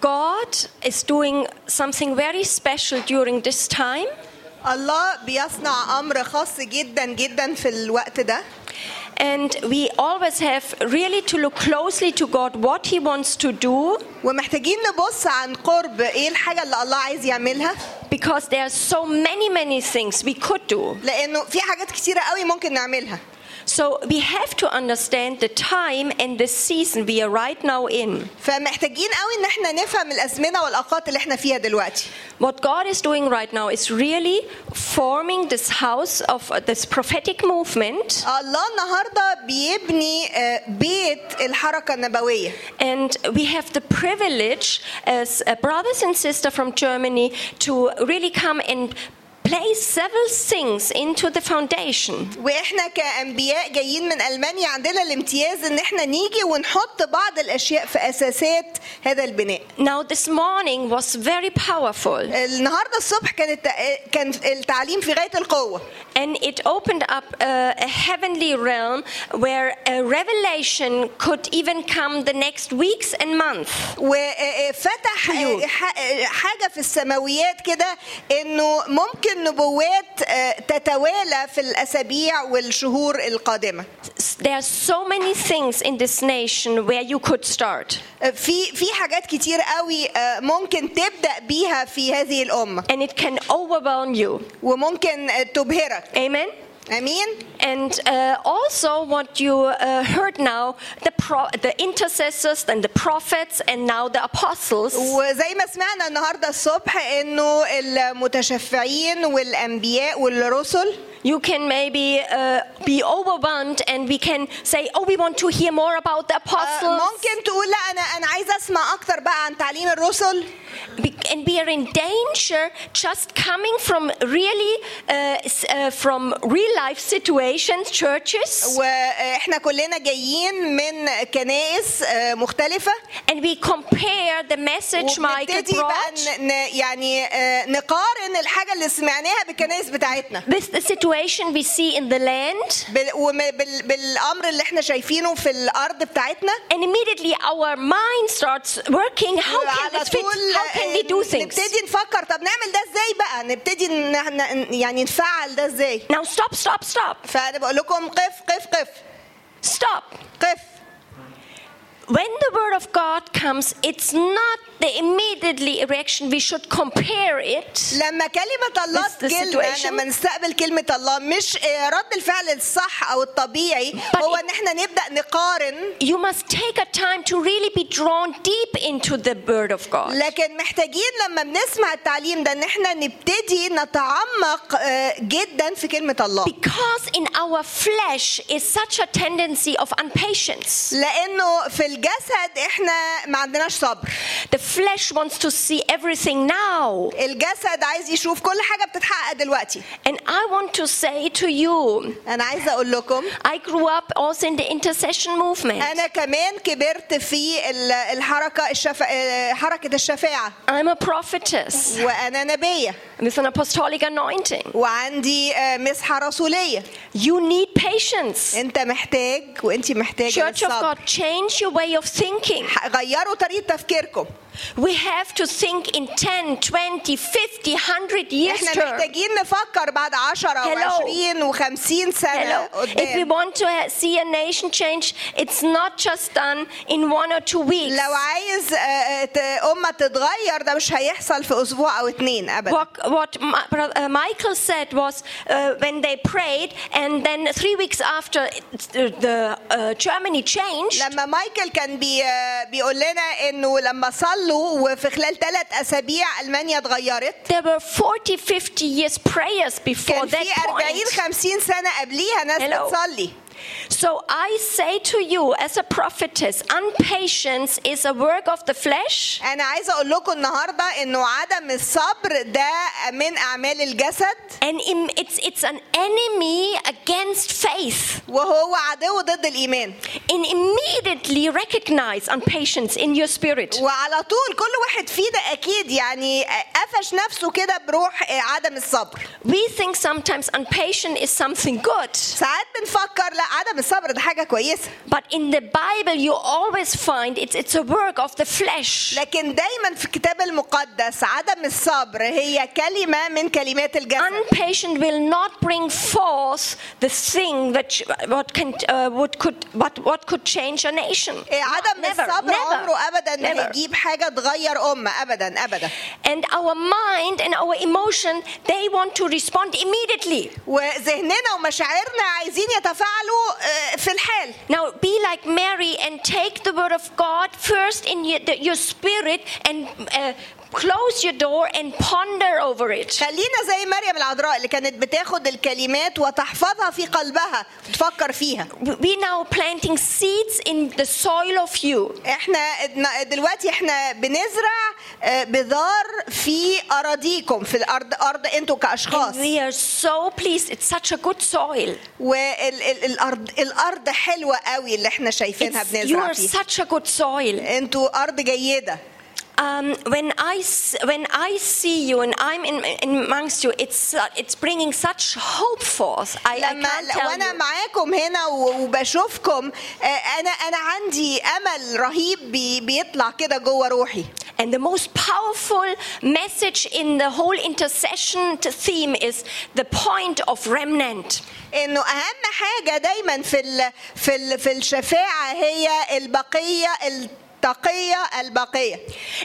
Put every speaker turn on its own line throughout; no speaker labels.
God is doing something very special during this time.
الله بيصنع امر خاص جدا جدا في الوقت ده
And we always have really to look closely to God what He wants to do
ومحتاجين نبص عن قرب ايه الحاجه اللي الله عايز يعملها
because there are so many, many things we could do.
لانه في حاجات كتيره قوي ممكن نعملها
So we have to understand the time and the season we are right now in.
فمحتاجين قوي ان احنا نفهم الازمنه والاوقات اللي احنا فيها دلوقتي
What God is doing right now is really forming this house of uh, this prophetic movement.
الله النهارده بيبني آه، بيت الحركه النبويه
And we have the privilege as uh, brothers and sisters from Germany to really come and place several things into the foundation.
واحنا كانبياء جايين من المانيا عندنا الامتياز ان احنا نيجي ونحط بعض الاشياء في اساسات هذا البناء
Now, this morning was very powerful
النهارده الصبح كان الت- كان التعليم في غايه القوه
and it opened up uh, a heavenly realm where a revelation could even come the next weeks and months.
وفتح ح- حاجه في السماويات كده انه ممكن نبوات آه، تتوالى في الاسابيع والشهور القادمه
There are so many things in this nation where you could start.
آه، في في حاجات كتير قوي آه، ممكن تبدا بيها في هذه الامه
And it can overwhelm you.
وممكن آه، تبهرك
Amen?
امين
And uh, also, what you uh, heard now the, pro- the intercessors and the prophets, and now the apostles.
وزي ما سمعنا النهارده الصبح انه المتشفعين والانبياء والرسل
You can maybe uh, be overwhelmed, and we can say, Oh, we want to hear more about the
آه،
apostles.
ممكن تقول لا انا انا عايزه اسمع اكتر بقى عن تعليم الرسل
Be- and we are in danger just coming from really uh, s- uh, from real life situations,
Uh,
churches,
واحنا كلنا جايين من كنائس آه، مختلفه
and we compare the message Michael
وبنبتدي بقى
brought.
ن- ن- يعني آه، نقارن الحاجه اللي سمعناها بالكنائس بتاعتنا
With the situation we see in the land,
بال- وم- بال- بالامر اللي احنا شايفينه في الارض بتاعتنا
And immediately our mind starts working. How can
وعلى
this fit?
طول
How can we do
آه،
things?
نبتدي نفكر طب نعمل ده ازاي بقى نبتدي ن- ن- يعني نفعل ده ازاي
Now stop, stop, stop,
فانا بقول لكم قف قف قف
stop.
قف
When the word of God comes, it's not the immediately reaction. We should compare it.
لما كلمة الله
This is the
تجيلنا
situation.
لما نستقبل كلمة الله مش آه، رد الفعل الصح أو الطبيعي
But
هو
it-
إن إحنا نبدأ نقارن
You must take a time to really be drawn deep into the word of God.
لكن محتاجين لما بنسمع التعليم ده إن إحنا نبتدي نتعمق آه، جدا في كلمة الله
Because in our flesh is such a tendency of impatience.
لأنه في الجسد إحنا ما عندناش صبر
The flesh wants to see everything now.
الجسد عايز يشوف كل حاجة بتتحقق دلوقتي
And I want to say to you,
أنا عايزة أقول لكم
I grew up also in the intercession movement.
أنا كمان كبرت في ال- الحركة الشفا... آه، حركة الشفاعة
I'm a prophetess
وأنا نبيه
with an apostolic anointing.
وعندي آه، مسحه رسوليه
You need patience.
انت محتاج وانت محتاجه
Church of God,
الصبر
change your way of thinking.
ح- غيروا طريقه تفكيركم
We have to think in 10, 20, 50, 100 years
احنا
term.
محتاجين نفكر بعد 10
Hello.
و20 و50 سنه
Hello. If we
قدام
want to ha- see a nation change, it's not just done in one or two weeks.
لو عايز آه، آه، ت- امه تتغير ده مش هيحصل في اسبوع او اتنين ابدا
What, what Mi- bro- uh, Michael said was uh, when they prayed, and then three weeks after it- the uh, Germany changed,
لما مايكل كان بي آه، بيقول لنا انه لما صلوا وفي خلال ثلاث اسابيع المانيا اتغيرت
There were 40, 50 years prayers before
كان في
that
40
point.
50 سنه قبليها ناس
Hello.
بتصلي
So I say to you, as a prophetess, impatience is a work of the flesh,
انا عايزه اقول لكم النهارده انه عدم الصبر ده من اعمال الجسد
and im- it's, it's an enemy against faith
وهو عدو ضد الإيمان
and immediately recognize impatience in your spirit.
وعلى طول كل واحد فينا أكيد يعني قفش نفسه كده بروح عدم الصبر
We think sometimes impatience is something good,
ساعات بنفكر لا عدم الصبر ده حاجة كويسة
but in the Bible you always find it's, it's a work of the flesh.
لكن دايما في الكتاب المقدس عدم الصبر هي كلمة من كلمات الجسد
Unpatient will not bring forth the thing that what can uh, what could what what could change a nation.
إيه، عدم
Never,
الصبر
never,
عمره ابدا ما
never.
هيجيب حاجه تغير امه ابدا ابدا
And our mind and our emotion they want to respond immediately.
وذهننا ومشاعرنا عايزين يتفاعلوا آه، في الحال
Now be like Mary and take the word of God first in your, the, your spirit and uh, close your door and ponder over it.
خلينا زي مريم العذراء اللي كانت بتاخد الكلمات وتحفظها في قلبها وتفكر فيها
We now planting seeds in the soil of you.
احنا إدنا- دلوقتي احنا بنزرع آه، بذار في اراضيكم في الارض ارض انتوا كاشخاص
And we are so pleased. It's such a good soil.
والارض الارض حلوه قوي اللي احنا شايفينها
It's- you
بنزرع
are
فيها
such a good soil.
انتوا ارض جيده
Um, when I s- when I see you and I'm in, in amongst you, it's su- it's bringing such hope forth. I, I
لما
can't tell
وانا
you.
معاكم هنا و- وبشوفكم آه، انا انا عندي امل رهيب بي- بيطلع كده جوه روحي
And the most powerful message in the whole intercession t- theme is the point of remnant.
انه اهم حاجه دايما في ال في ال في الشفاعه هي البقيه التقيه البقيه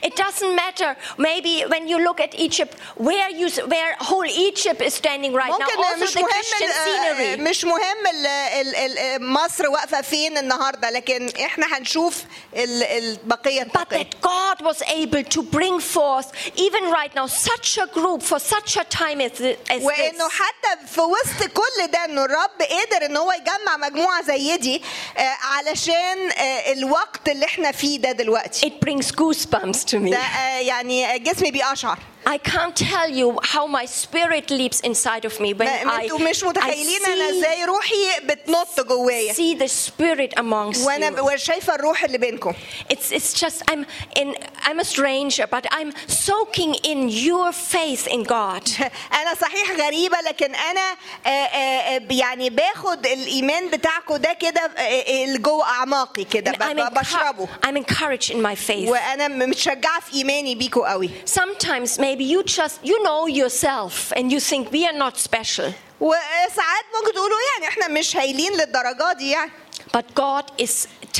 It doesn't matter, maybe when you look at Egypt, where, you, s- where whole Egypt is standing right now,
ممكن
also
مش
the
مهم
Christian
ال- آه،
scenery.
مش مهم ال ال ال مصر واقفه فين النهارده لكن احنا هنشوف ال- البقيه
But
التقيه
that God was able to bring forth, even right now, such a group for such a time as, thi- as
وانه
this.
حتى في وسط كل ده انه الرب قدر ان هو يجمع مجموعه زي دي آه، علشان آه، الوقت اللي احنا فيه ده دلوقتي
It brings goosebumps to me.
ده آه، يعني جسمي بيقشعر
I can't tell you how my spirit leaps inside of me when
ما-
I,
انتوا مش
I
متخيلين انا
see
ازاي روحي بتنط جوايا
see the spirit amongst
وانا
you.
وشايفه الروح اللي بينكم
It's it's just I'm in I'm a stranger, but I'm soaking in your faith in God.
انا صحيح غريبه لكن انا آه، آه، آه، يعني باخد الايمان بتاعكم ده كده آه، آه، جوه اعماقي كده
I'm,
ب-
encour-
بشربه
I'm encouraged in my faith.
وانا متشجعه في ايماني بيكوا قوي
Sometimes maybe you just you know yourself and you think we are not special,
وساعات آه، ممكن تقولوا يعني احنا مش هايلين للدرجه دي يعني
but God is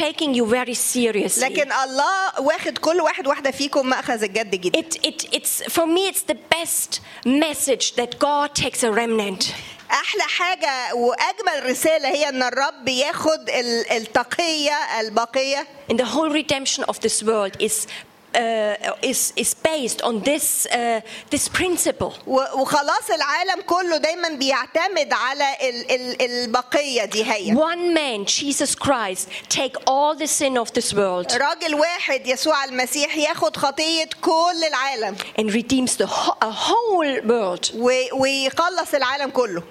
taking you very seriously.
لكن الله واخد كل واحد واحده فيكم مأخذ الجد جدا
it, it, it's for me it's the best message that God takes a remnant.
احلى حاجه واجمل رساله هي ان الرب ياخد ال- التقيه البقيه
And the whole redemption of this world is, uh, is, is based on this, uh, this principle.
و- وخلاص العالم كله دايما بيعتمد على ال- ال- البقيه دي هي
One man, Jesus Christ, take all the sin of this world
راجل واحد يسوع المسيح ياخد خطيه كل العالم
and redeems the ho- a whole world.
و- ويخلص العالم كله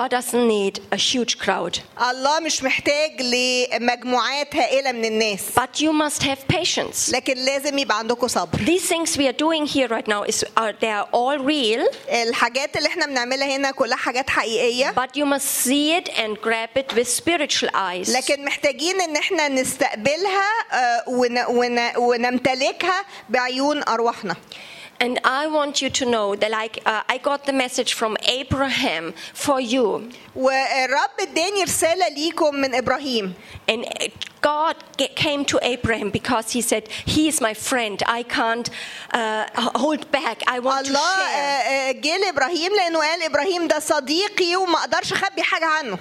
God doesn't need a huge crowd,
الله مش محتاج لمجموعات هائله من الناس
but you must have patience.
لكن لازم يبقى عندكم صبر
These things we are doing here right now is are they are all real,
الحاجات اللي احنا بنعملها هنا كلها حاجات حقيقيه
but you must see it and grab it with spiritual eyes.
لكن محتاجين ان احنا نستقبلها آه، ون- ون- ونمتلكها بعيون ارواحنا
And I want you to know that, like, uh, I got the message from Abraham for you.
والرب اداني رساله ليكم من ابراهيم
And uh, God ge- came to Abraham because he said, He is my friend. I can't uh, hold back. I want to
الله
share.
آه، آه، جه لابراهيم لانه قال ابراهيم ده صديقي وما اقدرش اخبي حاجه عنه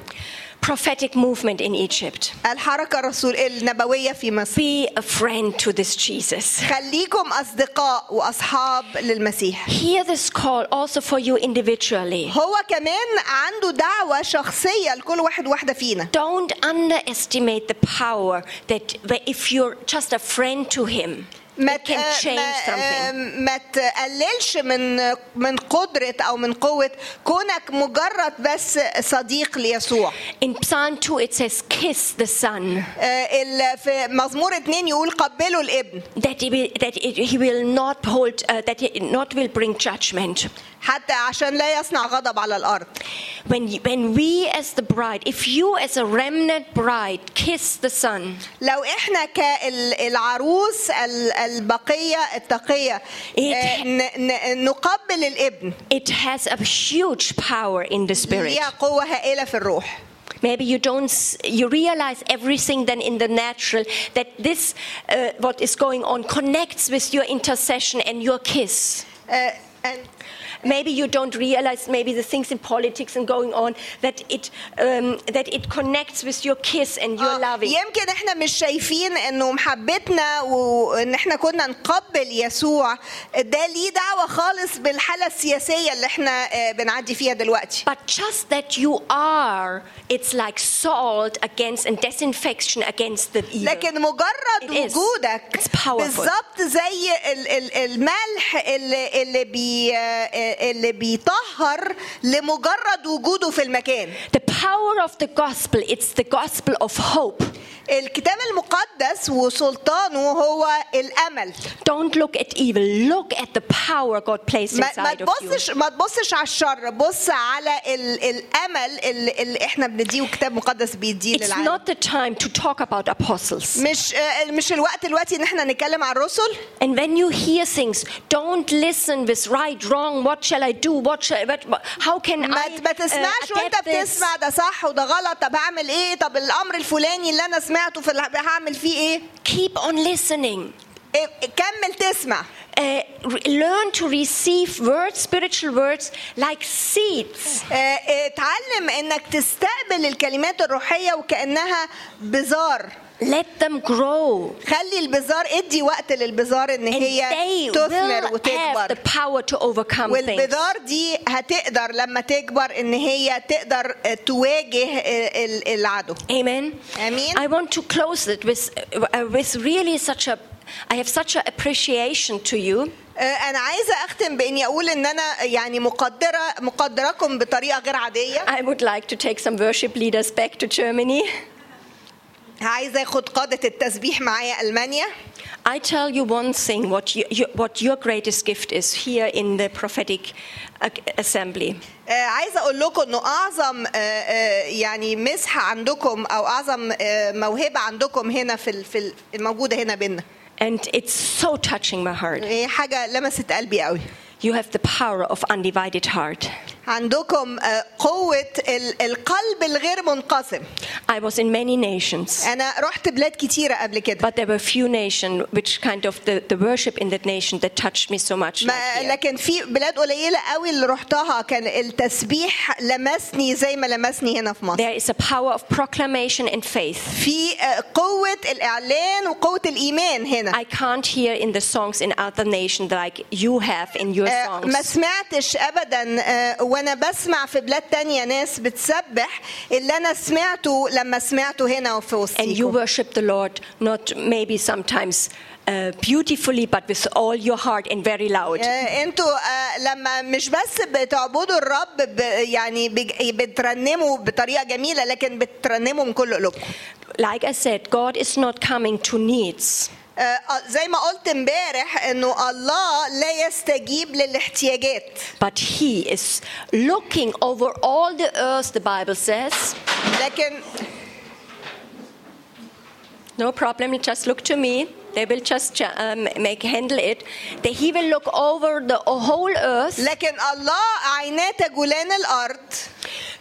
Prophetic movement in Egypt.
الحركه الرسول النبويه في مصر
Be a friend to this Jesus.
خليكم اصدقاء واصحاب للمسيح
Hear this call also for you individually.
هو كمان عنده دعوه شخصيه لكل واحد واحده فينا
Don't underestimate the power that if you're just a friend to him.
ما
It can
ت-
change
ما,
something.
ما تقللش من من قدرة أو من قوة كونك مجرد بس صديق ليسوع
In Psalm 2, it says, Kiss the Son,
آه، ال- في مزمور اتنين يقول قبلوا الابن
that he will, that it- he will not hold, uh, that he not will bring judgment.
حتى عشان لا يصنع غضب على الأرض
When, y- when we as the bride, if you as a remnant bride kiss the Son,
لو احنا كالعروس ال- البقية التقية
إيه.
آه، ن- ن- نقبل الابن
it has a huge power in the spirit.
ليها قوة هائلة في الروح
Maybe you don't, s- you realize everything then in the natural that this, uh, what is going on, connects with your intercession and your kiss.
آه، and-
Maybe you don't realize maybe the things in politics and going on that it um, that it connects with your kiss and your
آه،
loving.
يمكن احنا مش شايفين انه محبتنا وان احنا كنا نقبل يسوع ده ليه دعوة خالص بالحالة السياسية اللي احنا آه، بنعدي فيها دلوقتي
But just that you are, it's like salt against and disinfection against the evil.
لكن مجرد
It is.
وجودك
It's powerful.
بالظبط زي ال- ال- الملح اللي اللي بي آه، اللي بيطهر لمجرد وجوده في المكان
the power of the gospel, it's the gospel of hope.
الكتاب المقدس وسلطانه هو الامل
Don't look at evil, look at the power God placed
ما, ما
inside of you.
تبصش ما تبصش على الشر بص على ال الامل اللي, اللي احنا بنديه والكتاب المقدس بيديه
It's
للعالم
not the time to talk about apostles.
مش آه، مش الوقت دلوقتي ان احنا نتكلم عن الرسل
And when you hear things, don't listen with right, wrong, what shall I do, what shall, what, what- how can
ما
I
ما تسمعش
uh,
وانت
adapt this?
بتسمع ده صح وده غلط طب هعمل ايه طب الامر الفلاني اللي انا سمعته في الح- هعمل فيه ايه
Keep on listening.
إيه- كمل تسمع
Uh, re- learn to receive words, spiritual words, like seeds.
آه، آه، اتعلم انك تستقبل الكلمات الروحيه وكانها بزار
Let them grow.
خلي البزار ادي وقت للبزار ان
And
هي
they
تثمر
will have the
وتكبر
power to overcome things.
والبذار دي هتقدر لما تكبر ان هي تقدر آه، تواجه آه، ال- العدو
Amen.
Amen.
I want to close it with, uh, with really such a, I have such an appreciation to you.
آه، انا عايزه اختم باني اقول ان انا يعني مقدره مقدراكم بطريقه غير عاديه
I would like to take some worship leaders back to Germany.
عايزه اخد قاده التسبيح معايا أه، المانيا
I tell you one thing what, you, you, what your greatest gift is here in the prophetic ac- assembly.
آه، عايزه اقول لكم انه اعظم آه، آه، يعني مسحه عندكم او اعظم آه، موهبه عندكم هنا في ال- في ال- الموجوده هنا بينا
And it's so touching my heart.
هي حاجه لمست قلبي قوي
You have the power of undivided heart.
عندكم آه، قوه ال- القلب الغير منقسم
I was in many nations,
انا رحت بلاد كتيره قبل كده
but there were few nations which kind of the, the worship in that nation that touched me so much. like
ما
here.
لكن في بلاد قليله قوي اللي رحتها كان التسبيح لمسني زي ما لمسني هنا في مصر
There is a power of proclamation and faith.
في آه، قوه الاعلان وقوه الايمان هنا
I can't hear in the songs in other nations like you have in your
آه، ما
songs.
سمعتش ابدا آه، وانا بسمع في بلاد تانية ناس بتسبح اللي انا سمعته لما سمعته هنا وفي
And you
وسطيكم
worship the Lord not maybe sometimes uh, beautifully, but with all your heart and very loud.
آه، انتوا آه، لما مش بس بتعبدوا الرب ب- يعني بج- بترنموا بطريقه جميله لكن بترنموا من كل قلوبكم
Like I said, God is not coming to needs.
آه، آه، زي ما قلت امبارح انه الله لا يستجيب للاحتياجات
But he is looking over all the earth, the Bible says.
لكن
No problem, just look to me. They will just ju- um, make handle it. That he will look over the whole earth
لكن الله عيناه تجولان الارض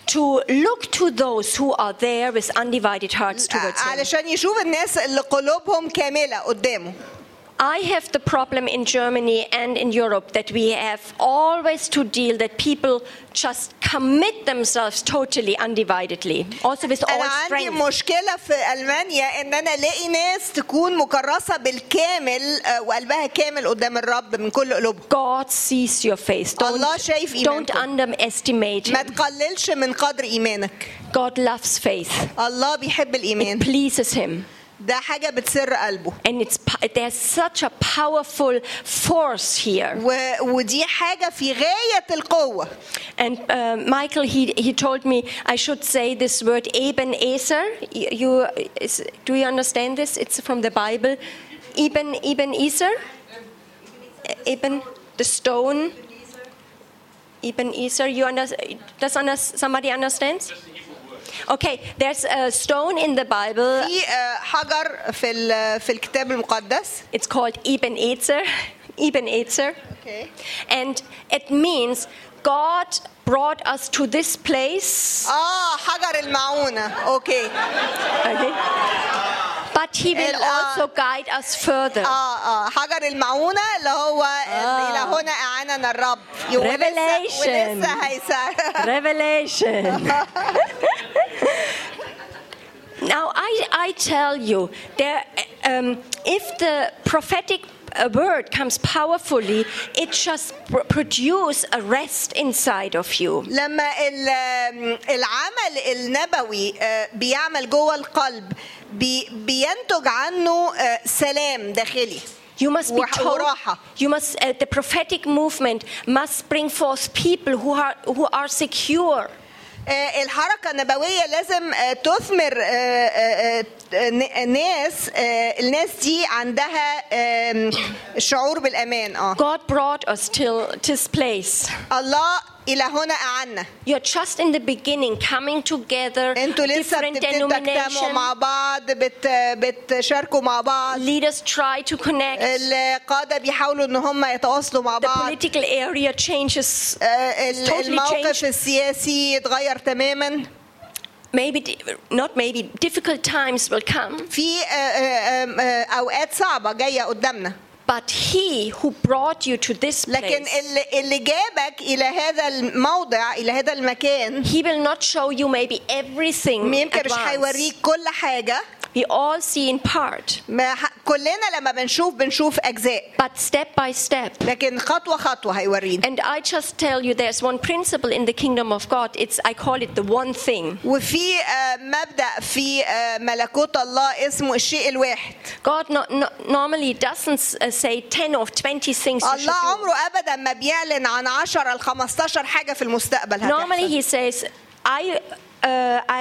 to look to those who are there with undivided hearts towards him.
آه، علشان يشوف الناس اللي قلوبهم كامله قدامه
I have the problem in Germany and in Europe that we have always to deal that people just commit themselves totally undividedly, also with all
انا عندي
strength.
مشكله في المانيا ان انا الاقي ناس تكون مكرسه بالكامل آه، وقلبها كامل قدام الرب من كل قلوبهم
God sees your face. Don't,
Allah شايف
don't
إيمانكم.
underestimate
ما
him.
تقللش من قدر ايمانك
God loves faith.
الله بيحب
It
الايمان
pleases him.
ده حاجه بتسر قلبه
And it's, po- there's such a powerful force here.
و... ودي حاجه في غايه القوه
And uh, Michael, he, he told me I should say this word Eben Ezer. You, you- is, do you understand this? It's from the Bible. Eben, Eben Ezer? Eben, the stone. Eben Ezer. You under, does under, somebody understands? Okay, there's a stone in the Bible.
في آه، حجر في ال... في الكتاب المقدس
It's called Eben Ezer. Eben Ezer.
اوكي
And it means God brought us to this place.
اه حجر المعونه اوكي
Okay. But he will
And, uh,
also guide us further.
اه اه حجر المعونه اللي هو آه. الى هنا اعاننا الرب يو- ولسه-
Revelation.
ولسه هيسا-
Revelation. now, I, I tell you, there, um, if the prophetic uh, word comes powerfully, it just pr- produce a rest inside of you.
لما ال- العمل النبوي آه، بيعمل جوه القلب بي بينتج عنه آه، سلام داخلي
You must be
وح-
told.
وراحة.
You must. Uh, the prophetic movement must bring forth people who are who are secure.
آه، الحركة النبوية لازم آه، تثمر آه، آه، آه، ن- ناس آه، الناس دي عندها آم، شعور بالأمان اه
God brought us till this place.
الله إلى هنا أعنا
You're just in the beginning, coming together,
انتوا لسه
different
بتبتدوا تجتمعوا
denominations.
مع بعض بت بتشاركوا مع بعض
Leaders try to connect.
القادة بيحاولوا ان هم يتواصلوا مع
the
بعض
political area changes.
آه، ال-
totally
الموقف
changed.
السياسي اتغير تماما
Maybe, di- not maybe, difficult times will come.
في آه، آه، آه، آه، اوقات صعبه جايه قدامنا
But He who brought you to this
لكن
place,
اللي, اللي جابك الى هذا الموضع الى هذا المكان
He will not show you maybe everything.
يمكن
at
مش
once.
هيوريك كل حاجه
We all see in part,
ما ح- كلنا لما بنشوف بنشوف اجزاء
but step by step.
لكن خطوه خطوه هيورينا
And I just tell you, there's one principle in the kingdom of God. It's I call it the one thing.
وفي آه، مبدا في آه، ملكوت الله اسمه الشيء الواحد
God no, no, normally doesn't s- uh, say 10 or 20 things you should
الله
do.
عمره ابدا ما بيعلن عن 10 ل 15 حاجه في المستقبل
Normally
هتحصل
he says, I, uh,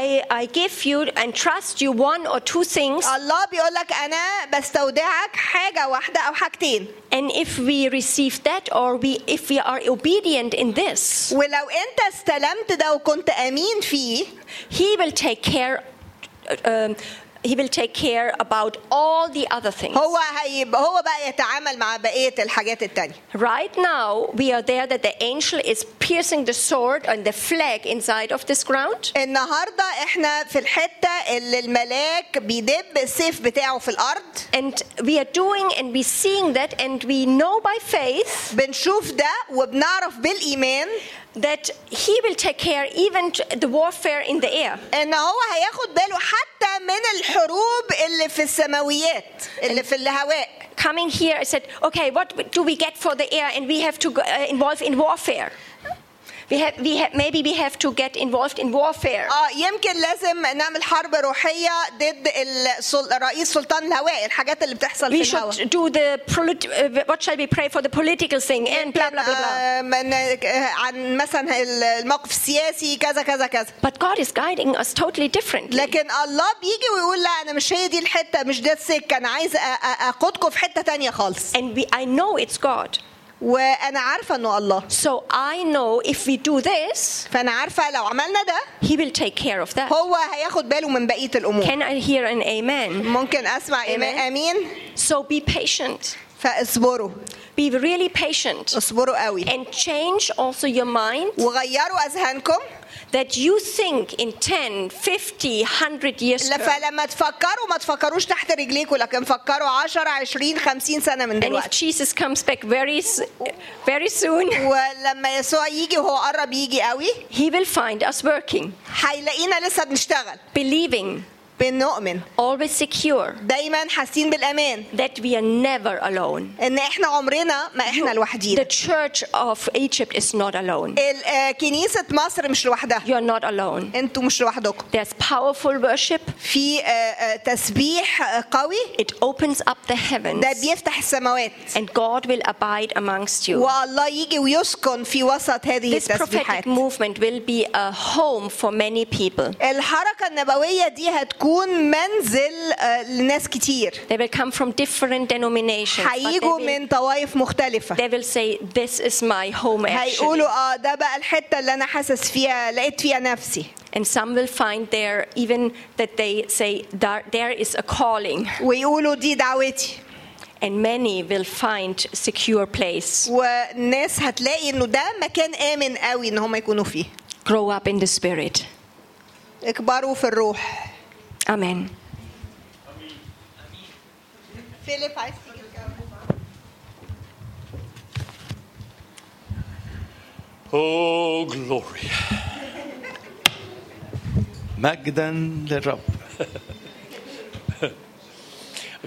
I, I give you and trust you one or two things.
الله بيقول لك انا بستودعك حاجه واحده او حاجتين
And if we receive that or we, if we are obedient in this,
ولو انت استلمت ده وكنت امين فيه
he will take care. Um, he will take care about all the other things.
هو هيبقى هو بقى يتعامل مع بقيه الحاجات التانية
Right now, we are there that the angel is piercing the sword and the flag inside of this ground.
النهارده احنا في الحته اللي الملاك بيدب السيف بتاعه في الارض
And we are doing and we're seeing that, and we know by faith
بنشوف ده وبنعرف بالايمان
that He will take care even to the warfare in the air.
ان هو هياخد باله حتى من الحروب اللي في السماويات اللي في الهواء
Coming here, I said, okay, what do we get for the air? And we have to go, uh, involve in warfare. We have, we have, maybe we have to get involved in warfare.
اه يمكن لازم نعمل حرب روحيه ضد السل... رئيس سلطان الهواء الحاجات اللي بتحصل
We
في الهواء
should do the polit- uh, what shall we pray for the political thing and blah blah blah blah.
آه، من آه، عن مثلا الموقف السياسي كذا كذا كذا
But God is guiding us totally differently.
لكن الله بيجي ويقول لا انا مش هي دي الحته مش ده السكه انا عايز أ- أ- اقودكم في حته تانية خالص
and we, I know it's God.
وانا عارفه انه الله
So I know if we do this,
فانا عارفه لو عملنا ده
He will take care of that.
هو هياخد باله من بقيه الامور
Can I hear an amen?
ممكن اسمع ايمان امين
So be patient.
فاصبروا
Be really patient.
اصبروا قوي
And change also your mind
وغيروا اذهانكم
that you think in 10, 50, 100 years.
لا-
from-
فلما تفكروا ما تفكروش تحت رجليكم لكن فكروا 10 20 50 سنه من
And if
دلوقتي
Jesus comes back very, s- very soon,
ولما يسوع يجي وهو قرب يجي قوي
He will find us working,
هيلاقينا لسه بنشتغل
believing,
بنؤمن
always secure
دايما حاسين بالامان
that we are never alone.
ان احنا عمرنا ما احنا لوحدينا
The church of Egypt is not alone.
ال- آه، كنيسه مصر مش لوحدها
You're not alone.
انتوا مش لوحدكم
There's powerful worship.
في آه، آه، تسبيح آه، قوي
It opens up the heavens.
ده بيفتح السماوات
And God will abide amongst you.
والله يجي ويسكن في وسط هذه
This
التسبيحات
prophetic movement will be a home for many people.
الحركة النبوية دي هتكون منزل آه، لناس كتير
They will come from different denominations. but they,
هيجوا
will,
من طوائف مختلفة
they will say, This is my home actually.
هيقولوا اه ده بقى الحتة اللي أنا حاسس فيها لقيت فيها نفسي
And some will find there even that they say, There, there is a calling.
ويقولوا دي دعوتي
And many will find secure place.
والناس هتلاقي إنه ده مكان آمن قوي إن هم يكونوا فيه
Grow up in the spirit.
اكبروا في الروح
Amen.
فيليب عايز تيجي
Oh, glory.
مجدا للرب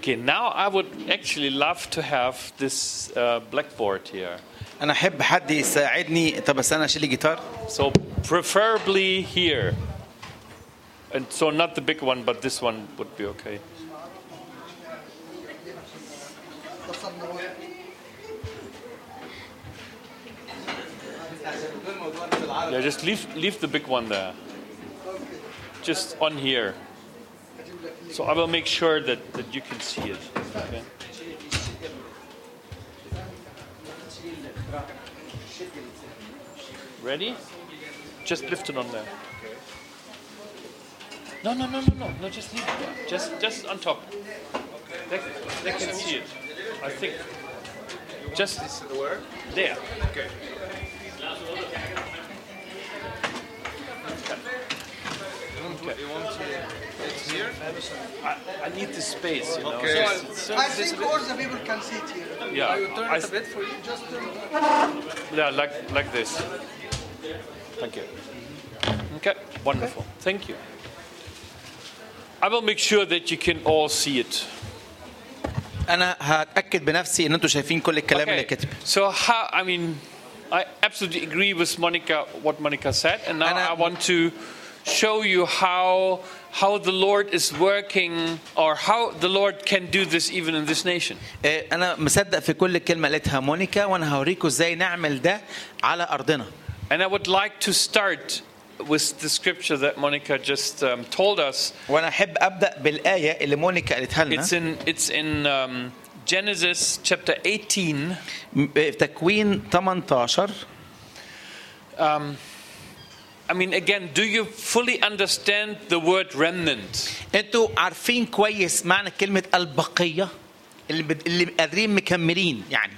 Okay, now I would actually love to have this uh, blackboard here.
انا احب حد يساعدني طب بس انا اشيل الجيتار
So, preferably here. And so, not the big one, but this one would be okay. Yeah, just leave, leave the big one there. Just on here. So, I will make sure that, that you can see it. Okay? Ready? Just lift it on there. No, no, no, no, no, no. Just leave it there. Just, just on top. They, they can see it. I think. Just there. Okay. I, I need the space, you know.
So
It's- it's so-
I think all the people can see it here.
Yeah,
I will turn
I
it a
th-
bit for you. Just uh, turn it.
Yeah, like like this. Thank you. Okay, wonderful. Thank you. I will make sure that you can all see it.
انا هتاكد بنفسي ان انتوا شايفين كل الكلام اللي كاتب
So how? I mean, I absolutely agree with Monica what Monica said, and now
And, uh,
I want to show you how how the Lord is working, or how the Lord can do this even in this nation.
آه، انا مصدق في كل كلمه قالتها مونيكا وانا هوريكم ازاي نعمل ده على ارضنا
And I would like to start with the scripture that Monica just um, told us.
وانا احب ابدا بالايه اللي مونيكا قالتها لنا
It's in it's in um, Genesis chapter 18,
م- آه، في تكوين 18
I mean, again, do you fully understand the word remnant?
انتوا عارفين كويس معنى كلمه البقيه اللي بد- اللي قادرين مكملين يعني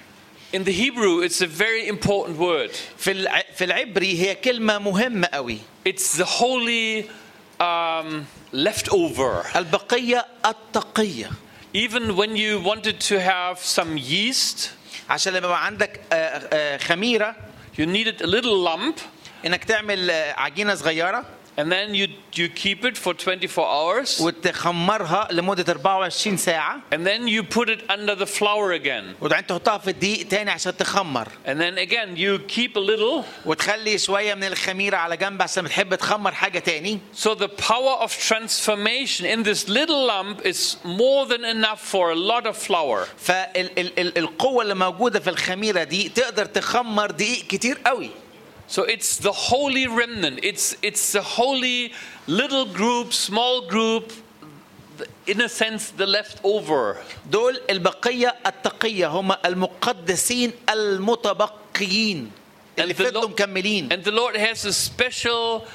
In the Hebrew, it's a very important word.
في الع... في العبري هي كلمه مهمه قوي
It's the holy um, leftover.
البقيه التقيه
Even when you wanted to have some yeast,
عشان لما يبقى عندك آه، آه، خميره
you needed a little lump,
انك تعمل آه، عجينه صغيره
and then you, you keep it for 24 hours,
وتخمرها لمده 24 ساعه
and then you put it under the flour again.
وبعدين تحطها في الدقيق تاني عشان تخمر
And then again, you keep a little.
وتخلي شويه من الخميره على جنب عشان بتحب تخمر حاجه تاني
So the power of transformation in this little lump is more than enough for a lot of flour.
فالقوه اللي موجوده في الخميره دي تقدر تخمر دقيق كتير قوي
So it's the holy remnant. It's it's the holy little group, small group, the- in a sense the leftover.
دول البقيه التقيه هم المقدسين المتبقيين اللي
And the
فضلوا
Lord-
مكملين
And the Lord has a special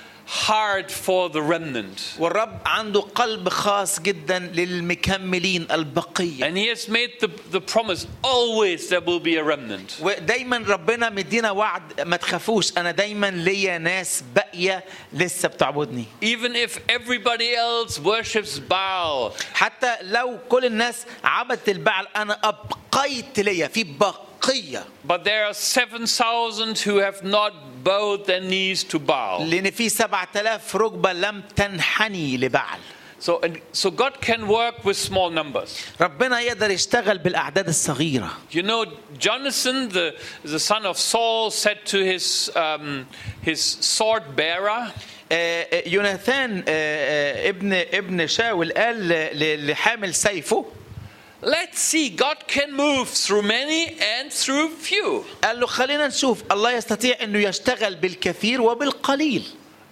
heart for the remnant.
والرب عنده قلب خاص جدا للمكملين البقيه
And he has made the, the promise always there will be a remnant.
ودايما ربنا مدينا وعد ما تخافوش انا دايما ليا ناس باقيه لسه بتعبدني
Even if everybody else worships Baal,
حتى لو كل الناس عبدت البعل انا ابقيت ليا في بقيه
But there are 7,000 who have not bowed their knees to Baal.
لان في 7000 ركبه لم تنحني لبعل
So, and, so God can work with small numbers.
ربنا يقدر يشتغل بالاعداد الصغيره
You know, Jonathan, the, the son of Saul, said to his, um, his sword bearer,
آه، آه، يوناثان آه، آه، ابن ابن شاول قال ل- ل- لحامل سيفه
Let's see, God can move through many and through few.
قال له خلينا نشوف الله يستطيع انه يشتغل بالكثير وبالقليل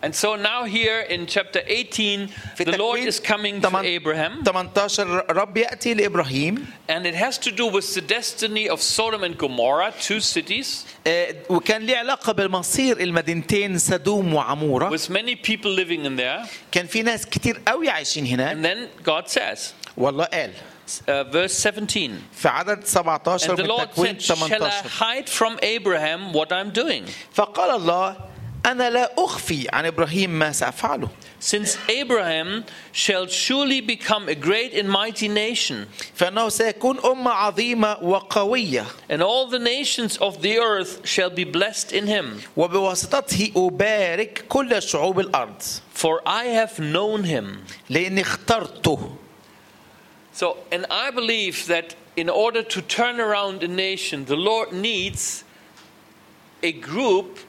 And so now, here in chapter 18, the Lord
تكوين
is coming to
8
Abraham,
18 رب ياتي لابراهيم
and it has to do with the destiny of Sodom and Gomorrah, two cities,
آه، وكان ليه علاقه بالمصير المدينتين سدوم وعموره
with many people living in there.
كان في ناس كتير قوي عايشين هناك
And then God says,
والله قال
uh, verse 17,
في عدد 17
And the
من
Lord
تكوين
said, Shall I
18
hide from Abraham what I'm doing?
فقال الله انا لا اخفي عن ابراهيم ما سافعله
Since Abraham shall surely become a great and mighty nation,
فانه سيكون امه عظيمه وقويه
and all the nations of the earth shall be blessed in him.
وبواسطته ابارك كل شعوب الارض
For I have known him.
لاني اخترته
So, and I believe that in order to turn around a nation, the Lord needs a group,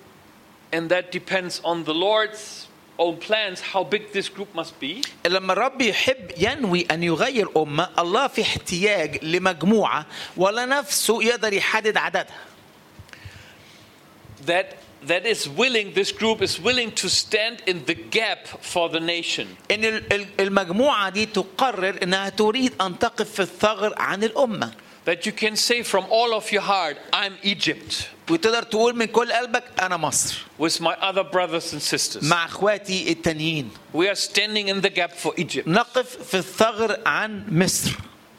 and that depends on the Lord's own plans, how big this group must be.
لما الرب يحب ينوي ان يغير امه الله في احتياج لمجموعه ولا نفسه يقدر يحدد عددها
that that is willing this group is willing to stand in the gap for the nation
ان ال- ال- المجموعه دي تقرر انها تريد ان تقف في الثغر عن الامه
that you can say from all of your heart i'm egypt
وتقدر تقول من كل قلبك انا مصر
with my other brothers and sisters
مع اخواتي التانيين
we are standing in the gap for egypt
نقف في الثغر عن مصر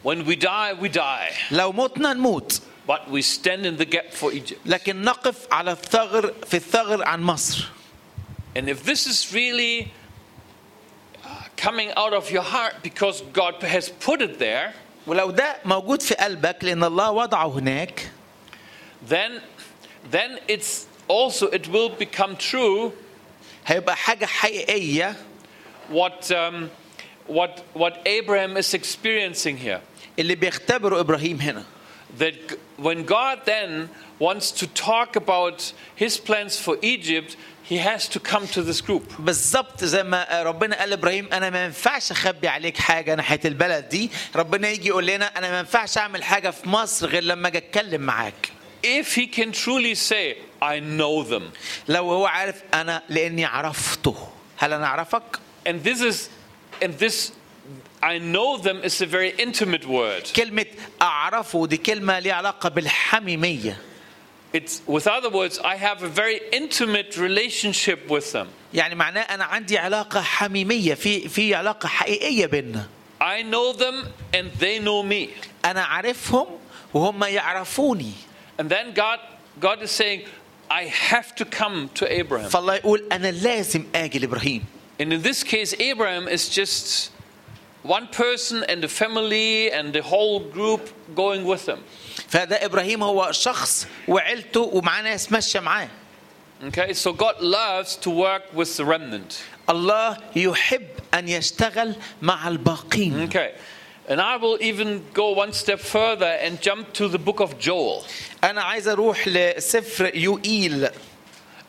when we die we die
لو متنا نموت
but we stand in the gap for egypt
لكن نقف على الثغر في الثغر عن مصر
and if this is really uh, coming out of your heart because god has put it there
ولو ده موجود في قلبك لان الله وضعه هناك
then then it's also it will become true
هيبقى حاجه حقيقيه
what, um, what, what Abraham is experiencing here.
اللي بيختبره ابراهيم هنا
That g- when God then wants to talk about his plans for Egypt, he has to come to this group.
بالظبط زي ما ربنا قال لابراهيم انا ما ينفعش اخبي عليك حاجه ناحيه البلد دي ربنا يجي يقول لنا انا ما ينفعش اعمل حاجه في مصر غير لما اجي اتكلم معاك
If he can truly say, I know them.
لو هو عارف انا لاني عرفته هل انا اعرفك
And this is, and this, I know them is a very intimate word.
كلمه اعرفه دي كلمه ليها علاقه بالحميميه
It's, with other words, I have a very intimate relationship with them.
يعني معناه انا عندي علاقه حميميه في في علاقه حقيقيه بينا
I know them and they know me.
انا عارفهم وهم يعرفوني
And then God, God is saying, I have to come to Abraham.
فالله يقول انا لازم اجي لابراهيم
And in this case, Abraham is just one person and a family and the whole group going with them.
فده ابراهيم هو شخص وعيلته ومعاه ناس ماشيه معاه
Okay, so God loves to work with the remnant.
الله يحب ان يشتغل مع الباقين
Okay, and I will even go one step further and jump to the book of Joel.
انا عايز اروح لسفر يوئيل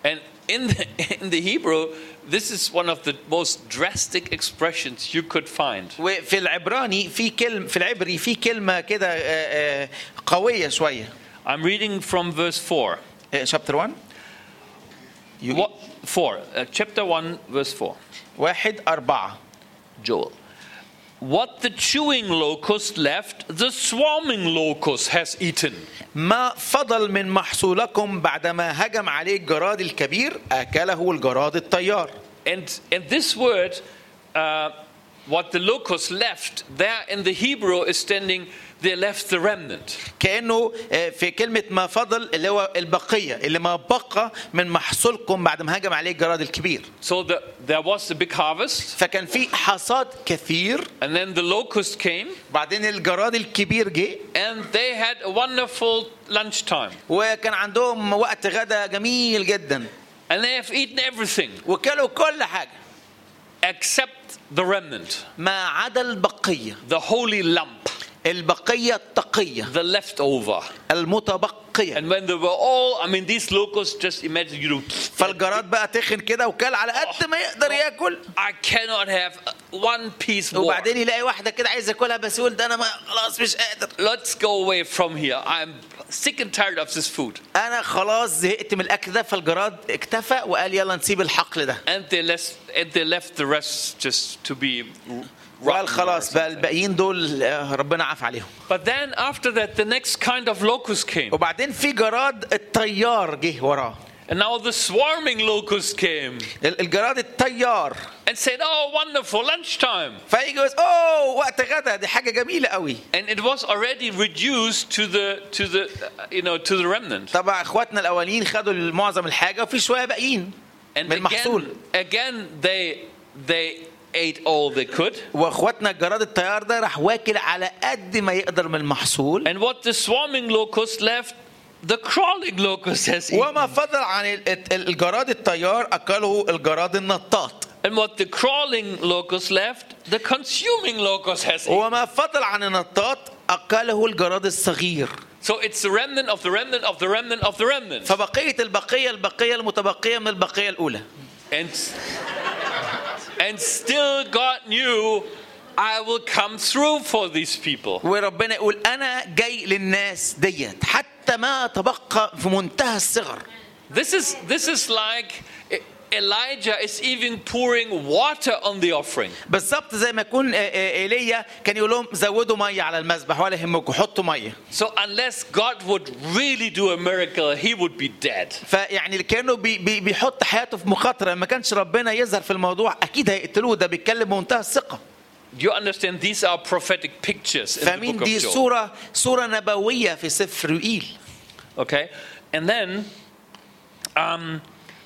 And in the, in the Hebrew, this is one of the most drastic expressions you could find.
وفي العبراني في كلمه في العبري في كلمه كده آه، آه، قويه شويه
I'm reading from verse 4.
شابتر 1 آه، يوئيل
What, 4, uh, chapter 1, verse 4.
واحد أربعة
Joel. What the chewing locust left, the swarming locust has eaten.
ما فضل من محصولكم بعدما هجم عليه الجراد الكبير أكله الجراد الطيار
And, and this word, uh, what the locust left, there in the Hebrew is standing, they left the remnant.
كأنه آه، في كلمة ما فضل اللي هو البقية اللي ما بقى من محصولكم بعد ما هجم عليه الجراد الكبير
So the, there was a big harvest,
فكان في حصاد كثير
and then the locust came,
بعدين الجراد الكبير جه
and they had a wonderful lunchtime.
وكان عندهم وقت غدا جميل جدا
And they have eaten everything.
وكلوا كل حاجة
except the remnant,
ما عدا البقية
the holy lump,
البقية التقية
the leftover.
المتبقية
And when they were all, I mean, these locusts, just imagine, you know,
فالجراد بقى تخن كده وكل على قد ما يقدر ياكل
I cannot have one piece more.
وبعدين يلاقي واحدة كده عايز ياكلها بس يقول ده انا ما خلاص مش قادر
Let's go away from here. I'm sick and tired of this food.
انا خلاص زهقت من الاكل ده فالجراد اكتفى وقال يلا نسيب الحقل ده
And they, left, and they left the rest just to be r- rotten or
وقال خلاص بقى
something.
الباقيين دول آه، ربنا عاف عليهم
But then after that, the next kind of locust came.
وبعدين في جراد الطيار جه وراه
And now the swarming locust came
ال- الجراد الطيار
and said, Oh, wonderful, lunchtime.
فيجي يقول اوه وقت غدا دي حاجه جميله قوي
And it was already reduced to the, to the, uh, you know, to the remnant.
طبعا اخواتنا الاولين خدوا معظم الحاجه وفي شويه باقيين
And
من المحصول
again, again they, they ate all they could.
واخواتنا الجراد الطيار ده راح واكل على قد ما يقدر من المحصول
And what the swarming locust left, the crawling locust has eaten.
وما فضل عن ال- ال- الجراد الطيار اكله الجراد النطاط
And what the crawling locust left, the consuming locust has eaten.
وما فضل عن النطاط اكله الجراد الصغير
So it's the remnant of the remnant of the remnant of the remnant.
فبقيه البقيه البقيه المتبقيه من البقيه الاولى
And, and still God knew I will come through for these people.
وربنا يقول انا جاي للناس ديت حتى ما تبقى في منتهى الصغر
This is, this is like E- Elijah is even pouring water on the offering.
بالظبط زي ما يكون آه، آه، ايليا كان يقول لهم زودوا ميه على المذبح ولا يهمكم حطوا ميه
So unless God would really do a miracle, he would be dead.
فيعني اللي كانه بي بي بيحط حياته في مخاطره ما كانش ربنا يظهر في الموضوع اكيد هيقتلوه ده بيتكلم بمنتهى الثقه
You understand these are prophetic pictures in the
فمين
book of
دي
Job.
صوره صوره نبويه في سفر وئيل
Okay, and then um,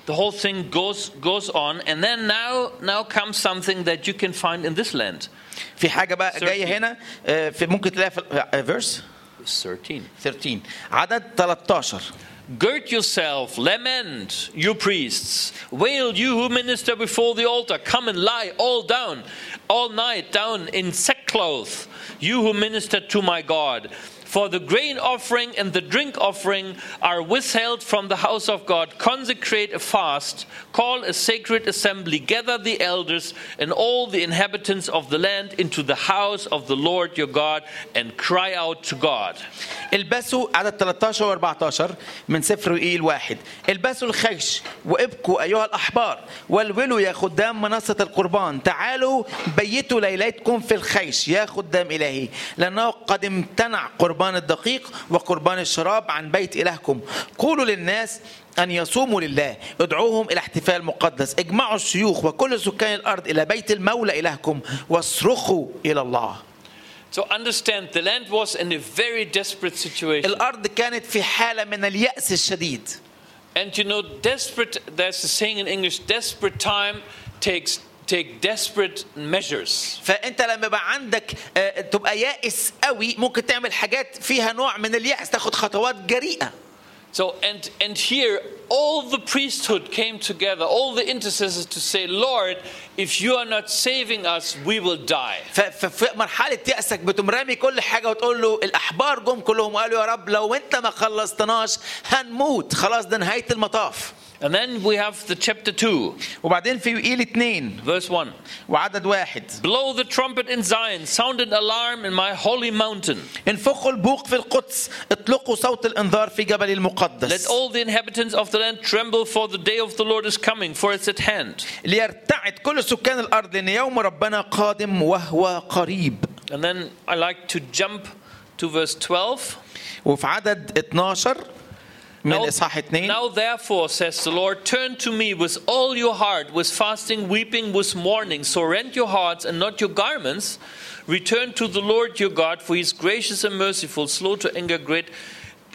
the whole thing goes goes on, and then now now comes something that you can find in this land.
في حاجه بقى
13.
جايه هنا آه، في ممكن تلاقيها في فيرس
Thirteen.
13 عدد 13
Gird yourself, lament, you priests. Wail, you who minister before the altar. Come and lie all down, all night down in sackcloth, you who minister to my God. For the grain offering and the drink offering are withheld from the house of God. Consecrate a fast, call a sacred assembly, gather the elders and all the inhabitants of the land into the house of the Lord your God, and cry out to God.
البسوا عدد 13 و14 من سفر وإيل واحد البسوا الخيش وابكوا أيها الأحبار والولوا يا خدام منصة القربان تعالوا بيتوا ليلتكم في الخيش يا خدام إلهي لأنه قد امتنع قربان الدقيق وقربان الشراب عن بيت إلهكم قولوا للناس أن يصوموا لله ادعوهم إلى احتفال مقدس اجمعوا الشيوخ وكل سكان الأرض إلى بيت المولى إلهكم واصرخوا إلى الله
So understand, the land was in a very desperate situation.
الأرض كانت في حالة من اليأس الشديد
And you know, desperate, there's a saying in English, desperate time takes take desperate measures.
فانت لما يبقى عندك آه، تبقى يائس قوي ممكن تعمل حاجات فيها نوع من اليأس تاخد خطوات جريئة
So and and here all the priesthood came together, all the intercessors to say, Lord, if you are not saving us, we will die.
ف- ففي مرحلة يأسك بتقوم رامي كل حاجة وتقول له الأحبار جم كلهم وقالوا يا رب لو أنت ما خلصتناش هنموت خلاص ده نهاية المطاف
And then we have the chapter two,
وبعدين في وقيل اتنين
verse one.
وعدد واحد
Blow the trumpet in Zion, sound an alarm in my holy mountain.
انفخوا البوق في القدس اطلقوا صوت الانذار في جبل
Let
المقدس
all the inhabitants of the land tremble, for the day of the Lord is coming, for it's at hand.
ليرتعد كل سكان الأرض لأن يوم ربنا قادم وهو قريب
And then I like to jump to verse 12.
وفي عدد 12 من اصحاح 2
now therefore, says the Lord, turn to me with all your heart, with fasting, weeping, with mourning. So rend your hearts and not your garments. Return to the Lord your God, for he is gracious and merciful, slow to anger, great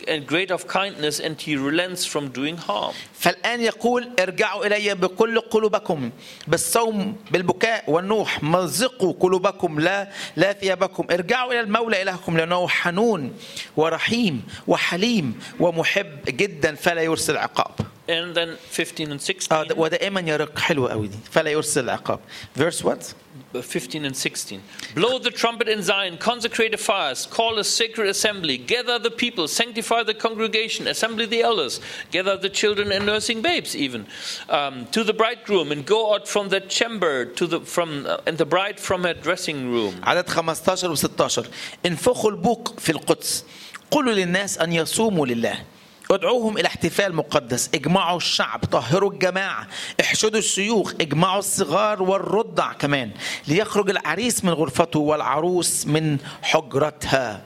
and great of kindness, and he relents from doing harm.
فالآن يقول ارجعوا إلي بكل قلوبكم بالصوم بالبكاء والنوح مزقوا قلوبكم لا لا ثيابكم ارجعوا إلى المولى إلهكم لأنه حنون ورحيم وحليم ومحب جدا فلا يرسل عقاب
and then 15 and 16.
اه ده- ودائما يرق حلوه قوي دي فلا يرسل العقاب فيرس وات
15 and 16. Blow the trumpet in Zion, consecrate a fast, call a sacred assembly, gather the people, sanctify the congregation, assemble the elders, gather the children and nursing babes, even um, to the bridegroom, and go out from the chamber to the from uh, and the bride from her dressing room.
عدد 15 و16 انفخوا البوق في القدس قولوا للناس ان يصوموا لله ادعوهم الى احتفال مقدس اجمعوا الشعب طهروا الجماعه احشدوا الشيوخ اجمعوا الصغار والرضع كمان ليخرج العريس من غرفته والعروس من حجرتها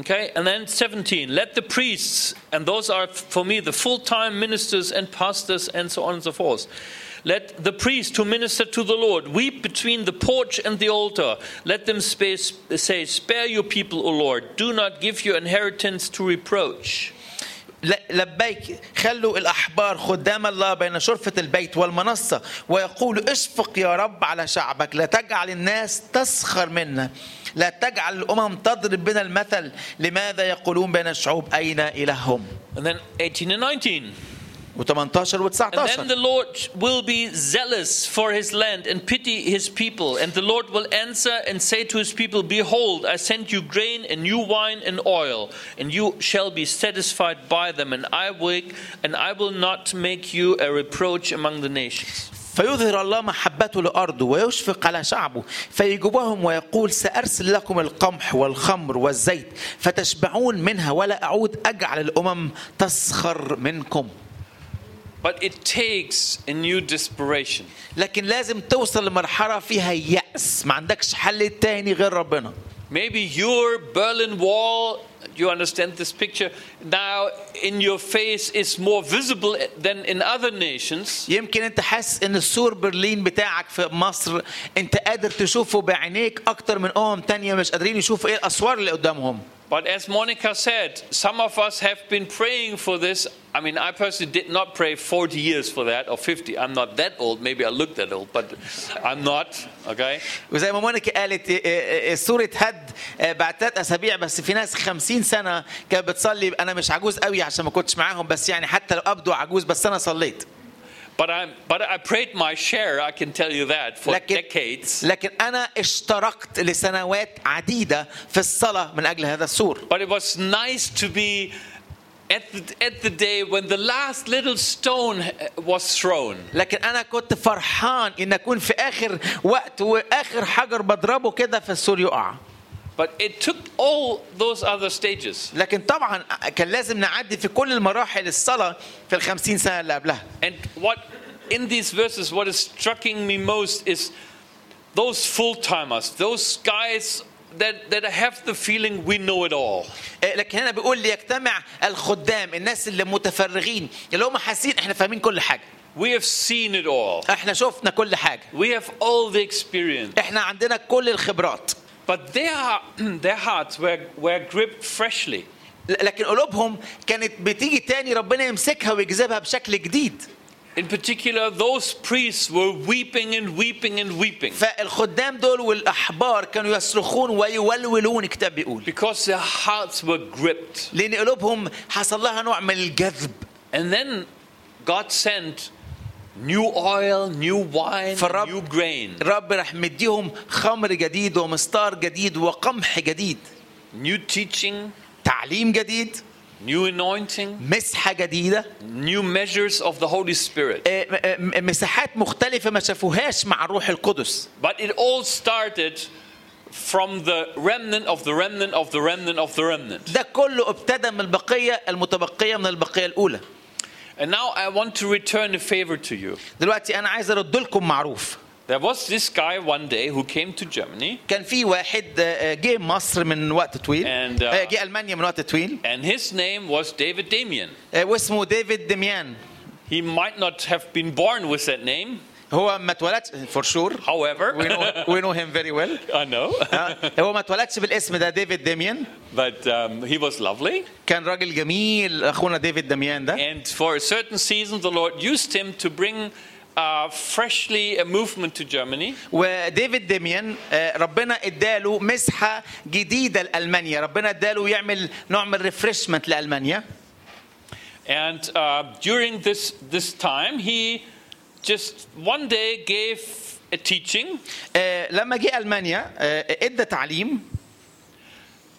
Okay, and then 17. Let the priests, and those are for me the full time ministers and pastors and so on and so forth. Let the priests who minister to the Lord weep between the porch and the altar. Let them spa- say, Spare your people, O Lord. Do not give your inheritance to reproach.
ل- لبيك خلوا الأحبار خدام الله بين شرفة البيت والمنصة ويقول اشفق يا رب على شعبك لا تجعل الناس تسخر منا لا تجعل الأمم تضرب بنا المثل لماذا يقولون بين الشعوب أين إلههم
And then 18 and 19.
و18
And then
و19
the Lord will be zealous for his land and pity his people. And the Lord will answer and say to his people, Behold, I send you grain and new wine and oil, and you shall be satisfied by them, and I will, and I will not make you a reproach among the nations.
فيظهر الله محبته لأرضه ويشفق على شعبه فيجوبهم ويقول سأرسل لكم القمح والخمر والزيت فتشبعون منها ولا أعود أجعل الأمم تسخر منكم
But it takes a new desperation.
لكن لازم توصل لمرحلة فيها يأس ما عندكش حل تاني غير ربنا
Maybe your Berlin Wall, you understand this picture, now in your face is more visible than in other nations.
يمكن انت حاسس ان السور برلين بتاعك في مصر انت قادر تشوفه بعينيك اكتر من امم تانية مش قادرين يشوفوا ايه الاسوار اللي قدامهم
But as Monica said, some of us have been praying for this. I mean, I personally did not pray 40 years for that or 50. I'm not that old. Maybe I look that old, but I'm not. Okay?
وزي ما مونيكا قالت اه، اه، اه، السور اتهد اه، بعد ثلاث اسابيع بس في ناس 50 سنه كانت بتصلي انا مش عجوز قوي عشان ما كنتش معاهم بس يعني حتى لو ابدو عجوز بس انا صليت
But I'm but I prayed my share, I can tell you that, for
لكن
decades.
لكن انا اشتركت لسنوات عديده في الصلاه من اجل هذا السور
But it was nice to be at the, at the day when the last little stone uh, was thrown.
لكن انا كنت فرحان ان اكون في اخر وقت واخر حجر بضربه كده فالسور يقع
But it took all those other stages.
لكن طبعا كان لازم نعدي في كل المراحل الصلاه في الخمسين سنه اللي قبلها
And what in these verses, what is striking me most is those full timers, those guys that, that have the feeling we know it all.
إيه، لكن هنا بيقول ليجتمع الخدام الناس اللي متفرغين اللي هم حاسين احنا فاهمين كل حاجه
We have seen it all.
احنا شفنا كل حاجه
We have all the experience.
احنا عندنا كل الخبرات
But their, their hearts were, were gripped freshly.
ل- لكن قلوبهم كانت بتيجي تاني ربنا يمسكها ويجذبها بشكل جديد
In particular, those priests were weeping and weeping and weeping
فالخدام دول والاحبار كانوا يصرخون ويولولون الكتاب بيقول
because their hearts were gripped.
لان قلوبهم حصل لها نوع من الجذب
And then God sent new oil, new wine,
فالرب-
new grain.
الرب راح مديهم خمر جديد ومستار جديد وقمح جديد
new teaching,
تعليم جديد
new anointing,
مسحه جديده
new measures of the Holy Spirit.
آه، آه، آه، مساحات مختلفه ما شافوهاش مع الروح القدس
But it all started from the remnant of the remnant of the remnant of the remnant.
ده كله ابتدى من البقيه المتبقيه من البقيه الاولى
And now I want to return a favor to you.
دلوقتي انا عايز ارد لكم معروف
There was this guy one day who came to Germany,
كان في واحد آه، آه، جه مصر من وقت طويل
And, uh,
آه، جه المانيا من وقت طويل
and his name was David Damien.
آه، واسمه ديفيد دميان
He might not have been born with that name,
هو ما اتولدش فور شور
however,
وي نو هيم فيري ويل
I know,
آه، هو ما اتولدش بالاسم ده ديفيد دميان
but um, he was lovely.
كان راجل جميل اخونا ديفيد دميان ده
And for a certain season, the Lord used him to bring uh, freshly a movement to Germany.
وديفيد ديميان آه، ربنا اداله مسحه جديده لالمانيا ربنا اداله يعمل نوع من ريفرشمنت لالمانيا
And uh, during this, this time, he just one day gave a teaching,
آه، لما جه المانيا آه، ادى تعليم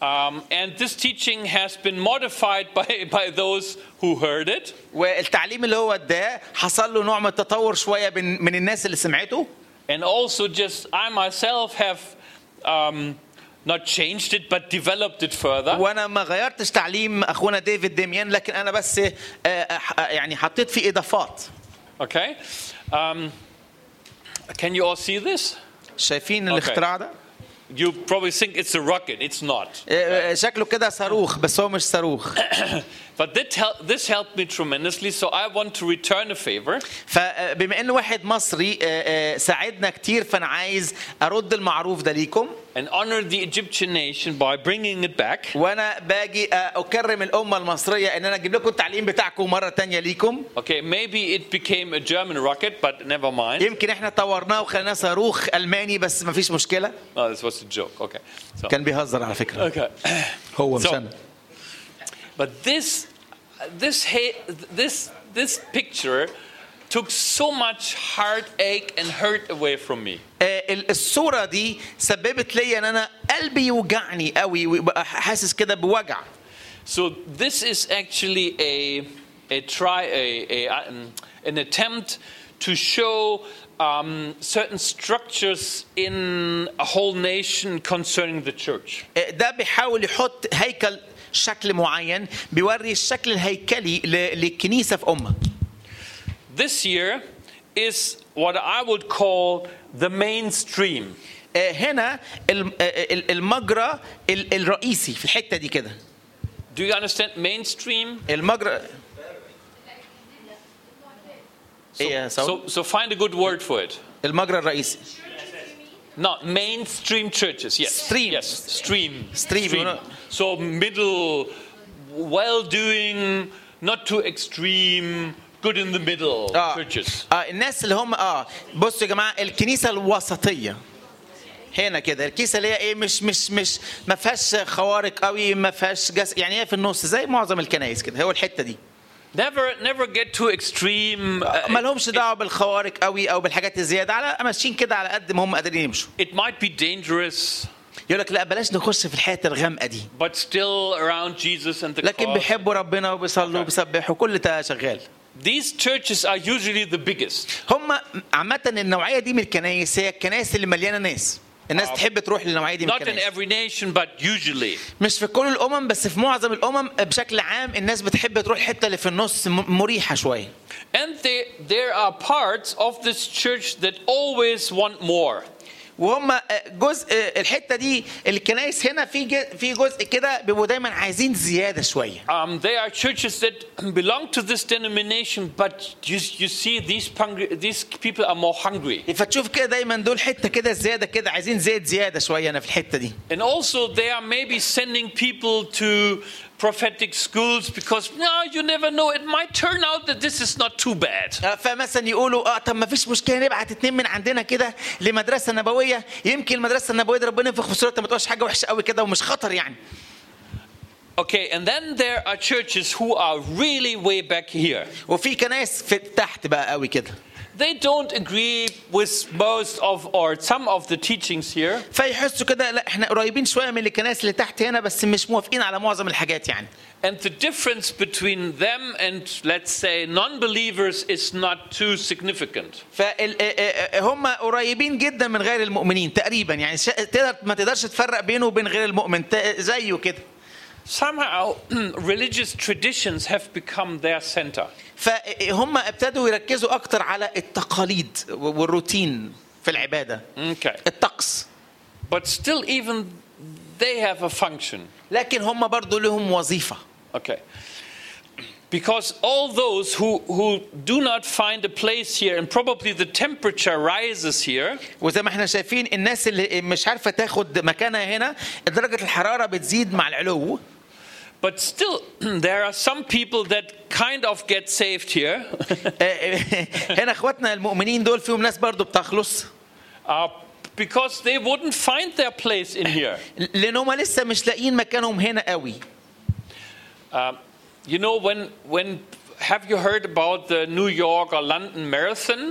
um, and this teaching has been modified by, by those who heard it.
والتعليم اللي هو اداه حصل له نوع من التطور شويه من من الناس اللي سمعته
And also, just I myself have um, not changed it, but developed it further.
وانا ما غيرتش تعليم اخونا ديفيد ديميان لكن انا بس آه، آه، ح- يعني حطيت فيه اضافات
Okay? Um, can you all see this?
شايفين الاختراع ده
You probably think it's a rocket. It's not.
آه، آه، شكله كده صاروخ بس هو مش صاروخ
But that hel- this helped me tremendously, so I want to return a favor.
فبما ان واحد مصري آه، آه، ساعدنا كتير فانا عايز ارد المعروف ده ليكم
and honor the Egyptian nation by bringing it back.
وانا باجي آه، اكرم الامه المصريه ان انا اجيب لكم التعليم بتاعكم مره تانية ليكم
Okay, maybe it became a German rocket, but never mind.
يمكن احنا طورناه وخليناه صاروخ الماني بس مفيش مشكله
Oh, this was a joke. Okay. So,
كان بيهزر على فكره
okay.
هو
So- But this, this, ha- this, this picture took so much heartache and hurt away from me.
آه، ال- الصوره دي سببت لي ان انا قلبي يوجعني قوي وبقى حاسس كده بوجع
So this is actually a, a try, a, a, um, an attempt to show um, certain structures in a whole nation concerning the church.
آه، ده بيحاول يحط هيكل شكل معين بيوري الشكل الهيكلي ل- للكنيسه في امه
This year is what I would call the mainstream.
آه، هنا الم- آه، ال- المجرى ال- الرئيسي في الحته دي كده
Do you understand mainstream?
المجرى ايه يا
So,
سو
so find a good word for it.
المجرى الرئيسي
No, mainstream churches. Yes.
Stream.
Yes. Stream.
Stream, you know.
So middle, well-doing, not too extreme, good in the middle
اه
churches.
اه الناس اللي هم اه بصوا يا جماعه الكنيسه الوسطيه هنا كده الكنيسه اللي هي ايه مش مش مش ما فيهاش خوارق قوي ما فيهاش جس يعني هي في النص زي معظم الكنايس كده هو الحته دي
Never, never get too extreme. Uh,
ما لهمش دعوه بالخوارق قوي او بالحاجات الزياده على ماشيين كده على قد ما هم قادرين يمشوا
it might be dangerous,
يقول لك لا بلاش نخش في الحته الغامقه دي
but still around Jesus and the
لكن
cross.
بيحبوا ربنا وبيصلوا وبيسبحوا كل ده شغال
These churches are usually the biggest.
هم عامه النوعيه دي من الكنايس هي الكنايس اللي مليانه ناس الناس تحب تروح للنوعيه دي من
آه. Not in
الكنايس
every nation, but usually.
مش في كل الامم بس في معظم الامم بشكل عام الناس بتحب تروح الحته اللي في النص م- مريحه شويه
And they, there are parts of this church that always want more.
وهم آه، جزء آه، الحته دي الكنايس هنا في ج- في جزء كده بيبقوا دايما عايزين زياده شويه
Um, there are churches that belong to this denomination, but you, you see, these, pungri- these people are more hungry.
فتشوف كده دايما دول حته كده زياده كده عايزين زيت زياده شويه انا في الحته دي
And also, they are maybe sending people to prophetic schools because, no, you never know. It might turn out that this is not too bad.
آه، فمثلا يقولوا اه طب ما فيش مشكله نبعت اتنين من عندنا كده لمدرسه نبويه يمكن المدرسه النبويه دي ربنا ينفخ في صورتها ما تبقاش حاجه وحشه قوي كده ومش خطر يعني
Okay, and then there are churches who are really way back here.
وفي كنايس في تحت بقى قوي كده
They don't agree with most of or some of the teachings here.
فيحسوا كده لا احنا قريبين شويه من الكنائس اللي تحت هنا بس مش موافقين على معظم الحاجات يعني
And the difference between them and, let's say, non believers is not too significant.
آه، فهم قريبين جدا من غير المؤمنين تقريبا يعني شا- تقدر ما تقدرش تفرق بينه وبين غير المؤمن ت- زيه كده
Somehow, religious traditions have become their center.
فهم ابتدوا يركزوا اكتر على التقاليد والروتين في العباده
Okay.
الطقس
But still, even they have a function.
لكن هم برضو لهم وظيفه
Okay. Because all those who, who do not find a place here, and probably the temperature rises here,
وزي ما احنا شايفين الناس اللي مش عارفه تاخد مكانها هنا درجه الحراره بتزيد مع العلو
but still, there are some people that kind of get saved here.
هنا اخواتنا المؤمنين دول فيهم ناس برضو بتخلص
uh, because they wouldn't find their place in here.
لان هم لسه مش لاقيين مكانهم هنا قوي
Uh, you know, when when have you heard about the New York or London marathon?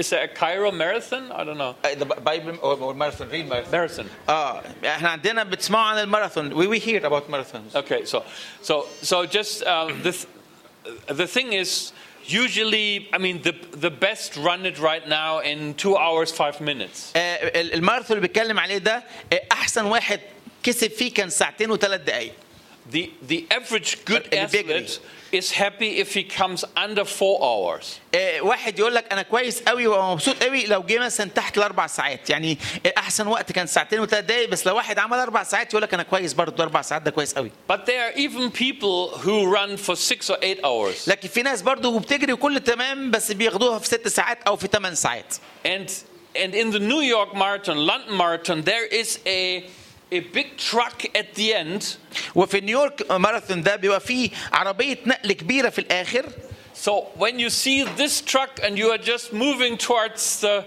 Is there a Cairo marathon? I don't know.
Uh, the Bible or, or marathon, read marathon.
Marathon.
اه احنا عندنا بتسمعوا عن الماراثون وي وي هير اباوت ماراثونز
Okay, so, so, so just um, this, the thing is, usually, I mean, the, the best run it right now in two hours, five minutes.
آه، الماراثون اللي بيتكلم عليه ده آه، احسن واحد كسب فيه كان ساعتين وثلاث دقائق
The, the average good
But in the beginning.
athlete is happy if he comes under four hours.
آه، واحد يقول لك انا كويس قوي ومبسوط قوي لو جه مثلا تحت الاربع ساعات يعني احسن وقت كان ساعتين وثلاث دقائق بس لو واحد عمل اربع ساعات يقول لك انا كويس برضه اربع ساعات ده كويس قوي
But there are even people who run for six or eight hours.
لكن في ناس برضه وبتجري وكل تمام بس بياخدوها في ست ساعات او في ثمان ساعات
And and in the New York Marathon, London Marathon, there is a a big truck at the end.
وفي نيويورك ماراثون ده بيبقى فيه عربيه نقل كبيره في الاخر
So when you see this truck and you are just moving towards the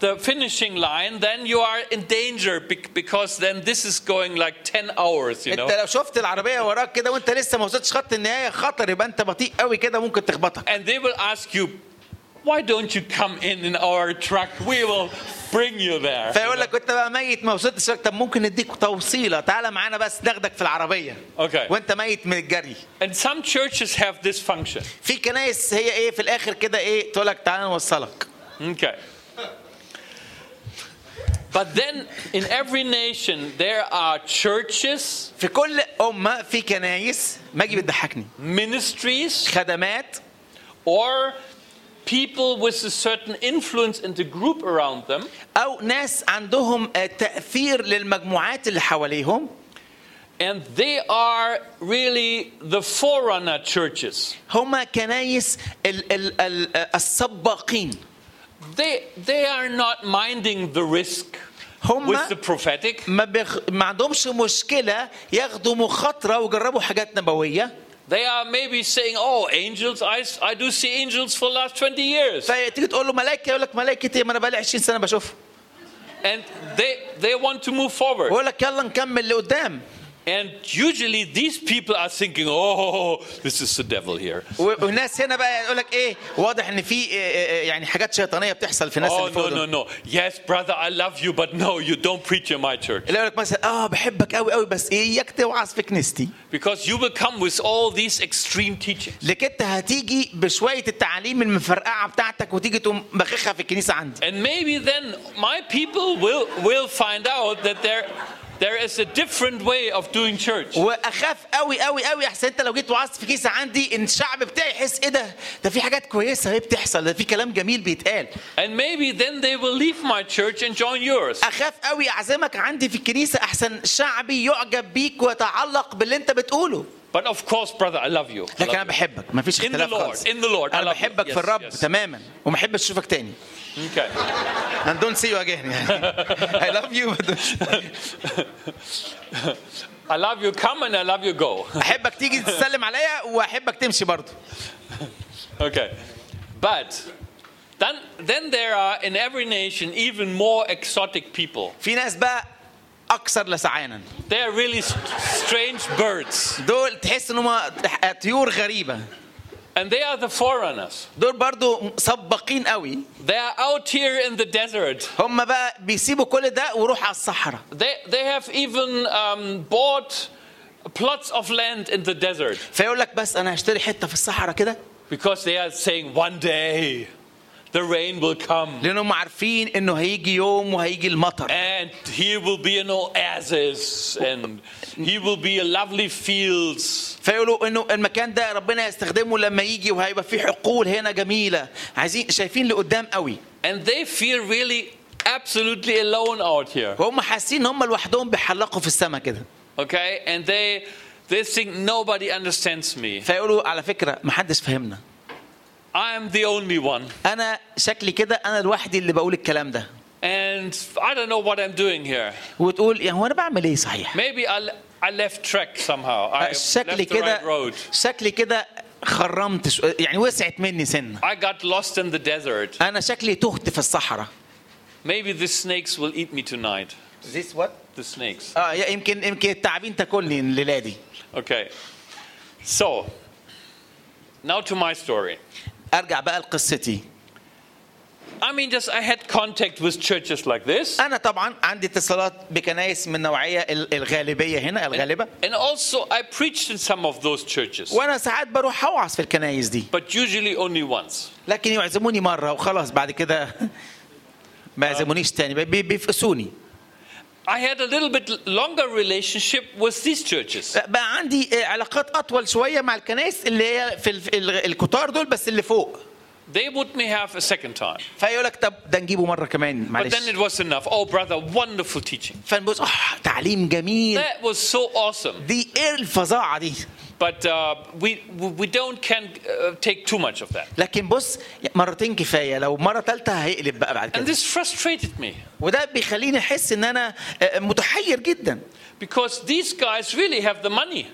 the finishing line, then you are in danger bec- because then this is going like 10 hours, you know.
انت لو شفت العربيه وراك كده وانت لسه ما وصلتش خط النهايه خطر يبقى انت بطيء قوي كده ممكن تخبطك
And they will ask you, why don't you come in in our truck? We will bring you there.
فيقول لك انت بقى ميت ما وصلتش طب ممكن نديك توصيله تعالى معانا بس ناخدك في العربيه
Okay.
وانت ميت من الجري
And some churches have this function.
في كنايس هي ايه في الاخر كده ايه تقول لك تعالى نوصلك
Okay. But then in every nation there are churches,
في كل امه في كنايس ماجي بتضحكني
ministries,
خدمات
or people with a certain influence in the group around them
او ناس عندهم آه، تاثير للمجموعات اللي حواليهم
and they are really the forerunner churches.
هما كنايس ال ال ال آه، السباقين
They they are not minding the risk
Homa-
with the prophetic.
ما, بيخ... ما عندهمش مشكلة ياخدوا مخاطرة ويجربوا حاجات نبوية
They are maybe saying, "Oh, angels! I, s- I do see angels for the last 20 years."
فتيجي تقول له ملائكة يقول لك ملائكة ايه ما انا بقالي 20 سنة بشوفها
And they they want to move forward.
ويقول لك يلا نكمل لقدام
And usually these people are thinking, oh, this is the devil here.
و- والناس هنا بقى يقول لك ايه واضح ان في إيه إيه إيه يعني حاجات شيطانية بتحصل في الناس
Oh,
اللي فوق
no, no,
دول.
no. Yes, brother, I love you, but no, you don't preach in my church.
اللي يقول لك مثلا اه بحبك قوي قوي بس اياك توعظ في كنيستي
Because you will come with all these extreme teachings.
لك انت هتيجي بشوية التعاليم المفرقعة بتاعتك وتيجي تقوم مخخها في الكنيسة عندي
And maybe then my people will, will find out that there, there is a different way of doing church.
واخاف قوي قوي قوي احسن انت لو جيت وعظت في كيسه عندي ان الشعب بتاعي يحس ايه ده ده في حاجات كويسه ايه بتحصل ده في كلام جميل بيتقال
And maybe then they will leave my church and join yours.
اخاف قوي اعزمك عندي في الكنيسه احسن شعبي يعجب بيك ويتعلق باللي انت بتقوله
But of course, brother, I love you. I
لكن انا
love you.
بحبك مفيش
In the
اختلاف
Lord,
خالص
in the Lord. I love
انا
you.
بحبك
Yes,
في الرب
yes.
تماما وما احبش اشوفك تاني
Okay.
دونت سي يو اجين اي لاف يو
I love you come and I love you go.
احبك تيجي تسلم عليا واحبك تمشي برضه
Okay, but then then there are in every nation even more exotic people.
في ناس بقى اكثر لسعانا
They are really st- strange birds,
دول تحس ان هم طيور غريبه
and they are the forerunners.
دول برضو سباقين قوي
They are out here in the desert.
هم بقى بيسيبوا كل ده وروح على الصحراء
They they have even um, bought plots of land in the desert
فيقول لك بس انا هشتري حته في الصحراء كده
because they are saying one day the rain will come
لانهم عارفين انه هيجي يوم وهيجي المطر
and here will be an oasis and here will be a lovely fields
فيقولوا انه المكان ده ربنا هيستخدمه لما يجي وهيبقى فيه حقول هنا جميله عايزين شايفين لقدام قوي
And they feel really absolutely alone out here.
وهم حاسين ان هم لوحدهم بيحلقوا في السماء كده
Okay? And they they think nobody understands me.
فيقولوا على فكره محدش فاهمنا
I am the only one.
انا شكلي كده انا لوحدي اللي بقول الكلام ده
And I don't know what I'm doing here.
وتقول يعني هو انا بعمل ايه صحيح
Maybe I, l- I left track somehow. I left
شكلي
the
كده
right road.
شكلي كده خرمت شو- يعني وسعت مني سنه
I got lost in the desert.
انا شكلي تهت في الصحراء
Maybe the snakes will eat me tonight. The snakes.
اه يا- يمكن يمكن التعابين تاكلني الليله دي
Okay. So now to my story.
ارجع بقى لقصتي
I mean, just I had contact with churches like this.
انا طبعا عندي اتصالات بكنايس من نوعيه ال- الغالبيه هنا الغالبه
And also, I preached in some of those churches,
وانا ساعات بروح اوعظ في الكنايس دي
but usually only once.
لكن يعزموني مره وخلاص بعد كده ما يعزمونيش تاني بي- بيفقسوني
I had a little bit longer relationship with these churches.
بقى عندي آه، علاقات اطول شويه مع الكنايس اللي هي في الف- ال- الكتار دول بس اللي فوق
They would me have a second time.
فيقول لك طب ده نجيبه مره كمان
But then
معلش
it was enough. Oh, brother, wonderful teaching.
فنبص اه تعليم جميل
That was so awesome.
دي ايه الفظاعه دي
But uh, we, we don't can uh, take too much of that.
لكن بص مرتين كفايه لو مره ثالثه هيقلب بقى بعد
And
كده
this frustrated me
وده بيخليني احس ان انا آه، متحير جدا
because these guys really have the money.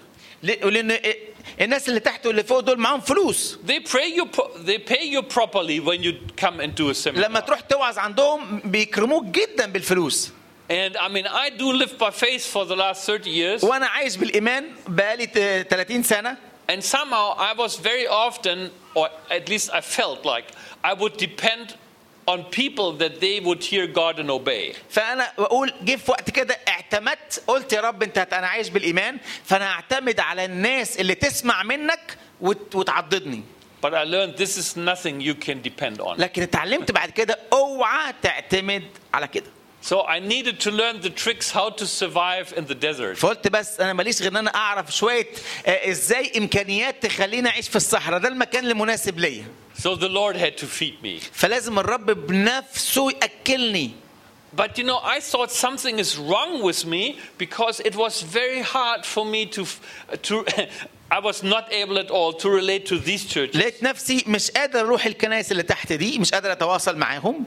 ل- لان آه، الناس اللي تحت واللي فوق دول معاهم فلوس
They, pray you pro- they pay you properly when you come and do a seminar.
لما تروح توعظ عندهم بيكرموك جدا بالفلوس
And I mean, I do live by faith for the last 30 years.
وانا عايش بالايمان بقالي ت- 30 سنه
And somehow I was very often, or at least I felt like, I would depend on people that they would hear God and obey.
فانا بقول جه في وقت كده اعتمدت قلت يا رب انت هت- انا عايش بالايمان فانا اعتمد على الناس اللي تسمع منك وت- وتعضدني
But I learned this is nothing you can depend on.
لكن اتعلمت بعد كده اوعى تعتمد على كده
So I needed to learn the tricks how to survive in the desert.
فقلت بس انا ماليش غير ان انا اعرف شويه آه، ازاي امكانيات تخليني اعيش في الصحراء ده المكان المناسب ليا
So the Lord had to feed me.
فلازم الرب بنفسه ياكلني
But you know, I thought something is wrong with me because it was very hard for me to, to I was not able at all to relate to these churches.
لقيت نفسي مش قادر اروح الكنائس اللي تحت دي مش قادر اتواصل معاهم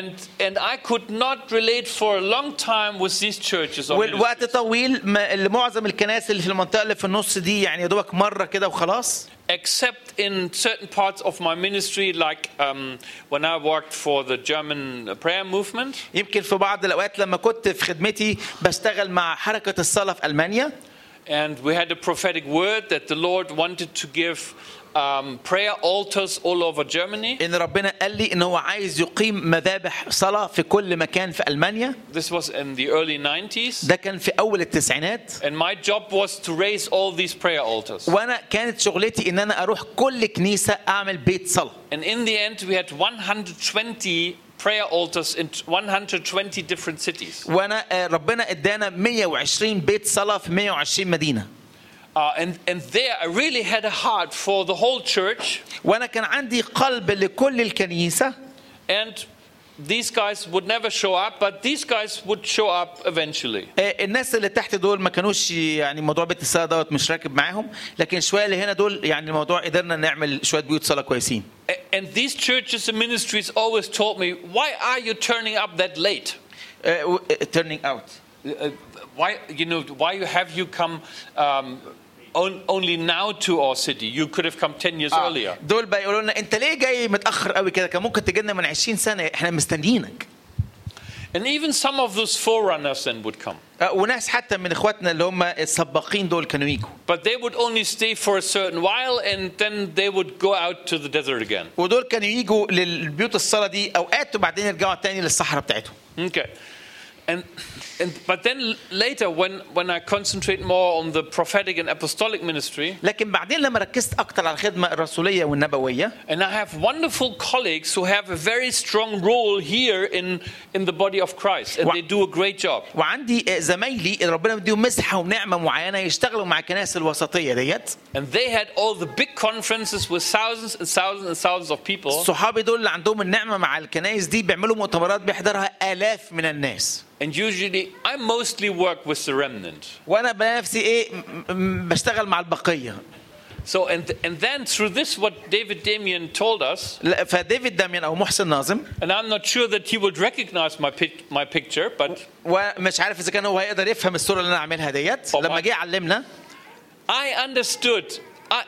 And, and I could not relate for a long time with these churches. or ministries.
والوقت طويل ما- اللي معظم الكنائس اللي في المنطقه اللي في النص دي يعني يا دوبك مره كده وخلاص
except in certain parts of my ministry, like um, when I worked for the German prayer movement,
يمكن في بعض الاوقات لما كنت في خدمتي بشتغل مع حركه الصلاه في المانيا
and we had a prophetic word that the Lord wanted to give um, prayer altars all over Germany.
ان ربنا قال لي ان هو عايز يقيم مذابح صلاه في كل مكان في المانيا
This was in the early 90s.
ده كان في اول التسعينات
And my job was to raise all these prayer altars.
وانا كانت شغلتي ان انا اروح كل كنيسه اعمل بيت صلاه
And in the end, we had 120 prayer altars in 120 different cities.
وانا آه، ربنا ادانا 120 بيت صلاه في 120 مدينه
Uh, and, and there, I really had a heart for the whole church.
وانا كان عندي قلب لكل الكنيسه
And these guys would never show up, but these guys would show up eventually.
آه، الناس اللي تحت دول ما كانوش يعني موضوع بيت الصلاه دوت مش راكب معاهم لكن شويه اللي هنا دول يعني الموضوع قدرنا نعمل شويه بيوت صلاه كويسين
A- And these churches and ministries always told me, why are you turning up that late?
آه، تيرنينج اوت
Uh, Why, you know, why you have you come um, on, only now to our city? You could have come 10 years earlier.
دول بقى يقولوا لنا انت ليه جاي متاخر قوي كده كان ممكن تجي لنا من 20 سنه احنا مستنيينك
And even some of those forerunners then would come.
آه، وناس حتى من اخواتنا اللي هم السباقين دول كانوا يجوا
But they would only stay for a certain while and then they would go out to the desert again.
ودول كانوا يجوا للبيوت الصلاه دي اوقات وبعدين يرجعوا تاني للصحراء بتاعتهم
Okay. And, and but then l- later when, when I concentrate more on the prophetic and apostolic ministry,
لكن بعدين لما ركزت اكتر على الخدمه الرسوليه والنبويه
and I have wonderful colleagues who have a very strong role here in, in the body of Christ, and
Wha-
they do a great job.
وعندي أه، زمايلي اللي ربنا مديهم مسحه ونعمه معينه يشتغلوا مع الكنائس الوسطيه ديت
And they had all the big conferences with thousands and thousands and thousands of people,
صحابي دول اللي عندهم النعمه مع الكنائس دي بيعملوا مؤتمرات بيحضرها الاف من الناس
and usually I mostly work with the remnant.
وانا بنفسي ايه م- م- بشتغل مع البقيه
So and and then through this, what David Damien told us,
لا، فديفيد داميان او محسن ناظم
and I'm not sure that he would recognize my pic, my picture, but.
ومش عارف اذا كان هو هيقدر يفهم الصوره اللي انا عاملها ديت
طبعاً.
لما جه علمنا
I understood. I,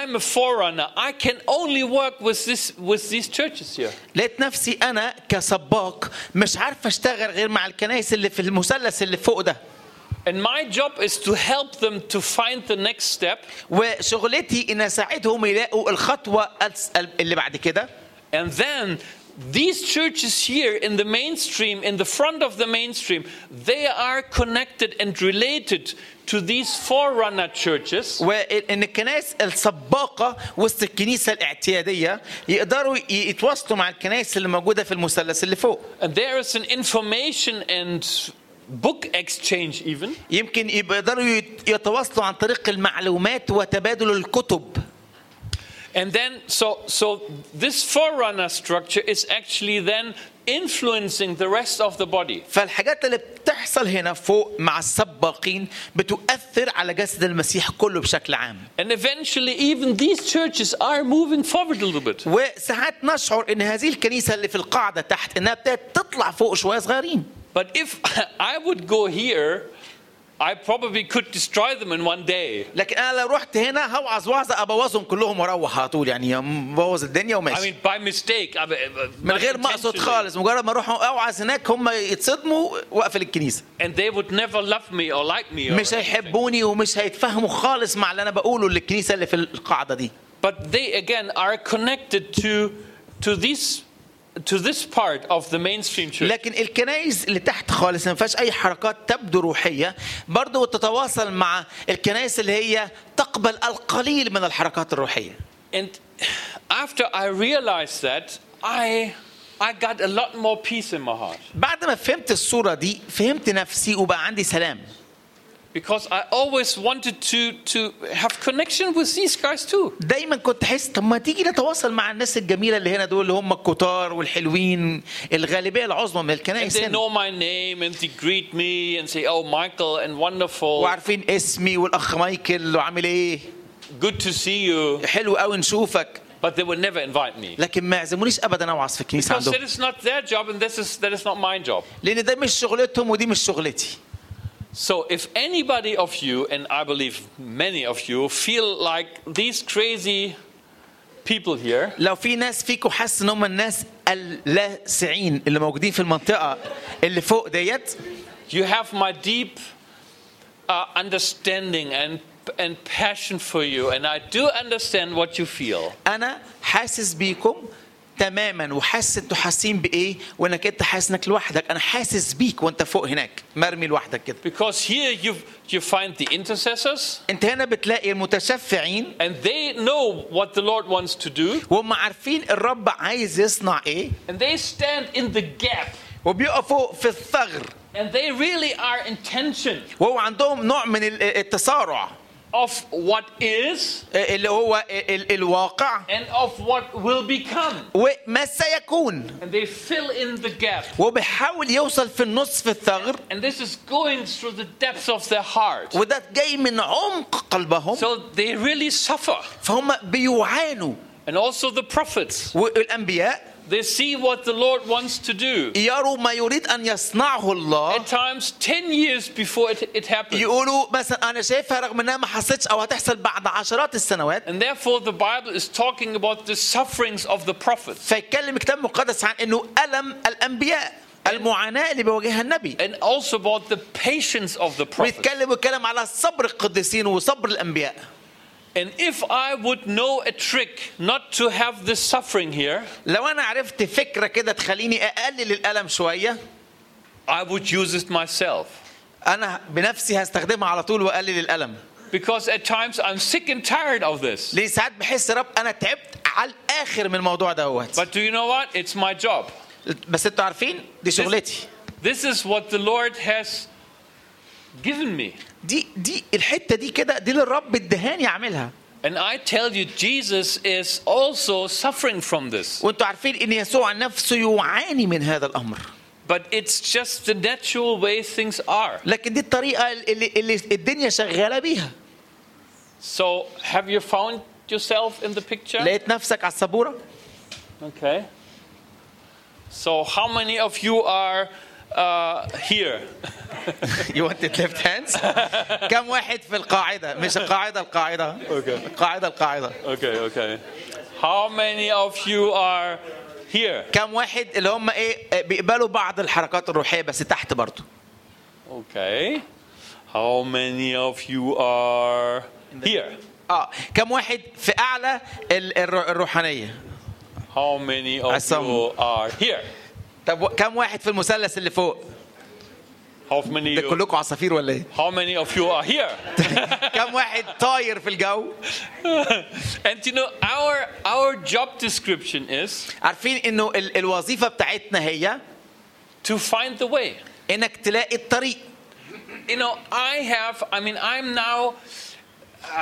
I'm a forerunner. I can only work with this with these churches here.
لقيت نفسي انا كسباق مش عارف اشتغل غير مع الكنائس اللي في المثلث اللي فوق ده
And my job is to help them to find the next step
وشغلتي ان اساعدهم يلاقوا الخطوه الس- اللي بعد كده
And then these churches here in the mainstream, in the front of the mainstream, they are connected and related to these forerunner churches.
وان الكنائس السباقه وسط الكنيسه الاعتياديه يقدروا ي- يتواصلوا مع الكنائس اللي موجوده في المثلث اللي فوق
And there is an information and book exchange, even.
يمكن يبقى يقدروا يت- يتواصلوا عن طريق المعلومات وتبادل الكتب
And then, so, so this forerunner structure is actually then influencing the rest of the body.
فالحاجات اللي بتحصل هنا فوق مع السباقين بتؤثر على جسد المسيح كله بشكل عام
And eventually, even these churches are moving forward a little bit.
وساعات نشعر ان هذه الكنيسه اللي في القاعده تحت انها ابتدت تطلع فوق شويه صغيرين
But if I would go here, I probably could destroy them in one day.
لكن انا لو رحت هنا هوعظ وعظه ابوظهم كلهم واروح على طول يعني بوظ الدنيا
I
وماشي
mean, by mistake. I mean, uh,
من
not
غير ما اقصد
intentionally.
خالص مجرد ما اروح اوعظ هناك هم يتصدموا واقفل الكنيسه
And they would never love me or like me. Or
مش
anything.
هيحبوني ومش هيتفهموا خالص مع اللي انا بقوله للكنيسه اللي في القاعده دي
but they again are connected to to this to this part of the mainstream church.
لكن الكنائس اللي تحت خالص ما فيهاش اي حركات تبدو روحيه برضه تتواصل مع الكنائس اللي هي تقبل القليل من الحركات الروحيه
and after I realized that, I I got a lot more peace in my heart
بعد ما فهمت الصوره دي فهمت نفسي وبقى عندي سلام
because I always wanted to to have connection with these guys too.
دايما كنت حاسس طب ما تيجي نتواصل مع الناس الجميله اللي هنا دول اللي هم الكتار والحلوين الغالبيه العظمى من
And
الكنائس
they
هنا
know my name and they greet me and say, "Oh, Michael, and wonderful,
وعارفين اسمي والاخ مايكل وعامل ايه
good to see you."
حلو قوي نشوفك
But they would never invite me.
لكن ما يعزمونيش ابدا اوعظ في الكنيسه
Because that
عندهم
is not their job and this is, that is not my job.
لان ده مش شغلتهم ودي مش شغلتي
So if anybody of you, and I believe many of you, feel like these crazy people here,
لو في ناس فيكم حاسس ان هم الناس اللاذعين اللي موجودين في المنطقه اللي فوق ديت
you have my deep uh, understanding and, and passion for you. And I do understand what you feel.
انا حاسس بيكم تماما وحاسس انتوا حاسين بايه وانك انت حاسس انك لوحدك انا حاسس بيك وانت فوق هناك مرمي لوحدك كده
Because here you, you find the intercessors
انت هنا بتلاقي المتشفعين
and they know what the Lord wants to do.
وهم عارفين الرب عايز يصنع ايه
And they stand in the gap
وبيقفوا في الثغر
and they really are intention
وهو عندهم نوع من ال- التسارع
of what is
اللي هو ال- ال- الواقع
and of what will become.
وما سيكون
And they fill in the gap.
وبيحاول يوصل في النص في الثغر
And this is going through the depths of their heart.
وده جاي من عمق قلبهم
So they really suffer.
فهم بيعانوا
And also the prophets.
والانبياء
They see what the Lord wants to do.
يروا ما يريد ان يصنعه الله
At times, 10 years before it, it happens.
يقولوا مثلا انا شايفها رغم انها ما حصلتش او هتحصل بعد عشرات السنوات
And therefore, the Bible is talking about the sufferings of the prophets.
فيتكلم الكتاب المقدس عن انه الم الانبياء المعاناه اللي بيواجهها النبي
And also about the patience of the prophets.
ويتكلم ويتكلم على صبر القديسين وصبر الانبياء
And if I would know a trick not to have this suffering here,
لو انا عرفت فكره كده تخليني اقلل الالم شويه
I would use it myself.
انا بنفسي هستخدمها على طول واقلل الالم
Because at times I'm sick and tired of this.
ليه ساعات بحس يا رب انا تعبت على الاخر من الموضوع دوت
But do you know what? It's my job.
بس انتوا عارفين دي شغلتي
This is what the Lord has given me.
دي دي الحته دي كده دي اللي الرب ادهاني اعملها
And I tell you, Jesus is also suffering from this.
وانتوا عارفين ان يسوع نفسه يعاني من هذا الامر
But it's just the natural way things are.
لكن دي الطريقه اللي, اللي الدنيا شغاله بيها
So, have you found yourself in the picture?
لقيت نفسك على السبوره
Okay. So, how many of you are uh, here?
يو انت ليفت هاندز كم واحد في القاعده مش القاعده القاعده
Okay.
القاعده القاعده
Okay, okay. How many of you are here?
كم واحد اللي هم إيه، ايه بيقبلوا بعض الحركات الروحيه بس تحت برضه
Okay. How many of you are here?
اه كم واحد في اعلى ال- الر- الروحانيه
How many of
Assam.
you are here?
طب و- كم واحد في المثلث اللي فوق
How many,
ده
you,
كلكم عصافير ولا ايه
how many of you are here?
كم واحد طاير في الجو
and you know, our, our job description is
عارفين انه ال- الوظيفه بتاعتنا هي
to find the way.
انك تلاقي الطريق
You know, I have, I mean, I'm now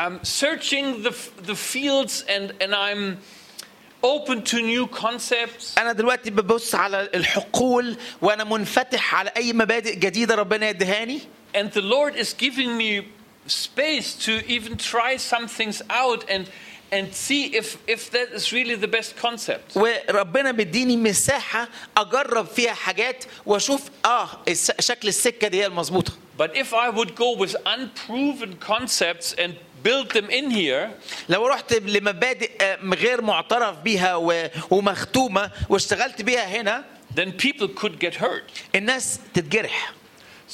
um, searching the, f- the fields and, and I'm open to new concepts.
انا دلوقتي ببص على الحقول وانا منفتح على اي مبادئ جديده ربنا يدهاني
And the Lord is giving me space to even try some things out and, and see if, if that is really the best concept.
وربنا بيديني مساحه اجرب فيها حاجات واشوف اه الس- شكل السكه دي هي المظبوطه
But if I would go with unproven concepts and build them in here,
لو رحت لمبادئ آه، غير معترف بيها و- ومختومه واشتغلت بيها هنا
then people could get hurt.
الناس تتجرح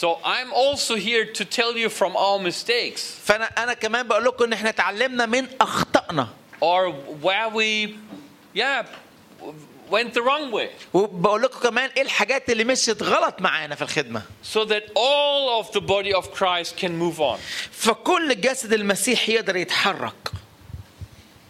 So I'm also here to tell you from our mistakes
فانا انا كمان بقول لكم ان احنا اتعلمنا من اخطائنا
or where we, yeah, w- went the wrong way.
وبقول لكم كمان ايه الحاجات اللي مشيت غلط معانا في الخدمه
So that all of the body of Christ can move on.
فكل الجسد المسيحي يقدر يتحرك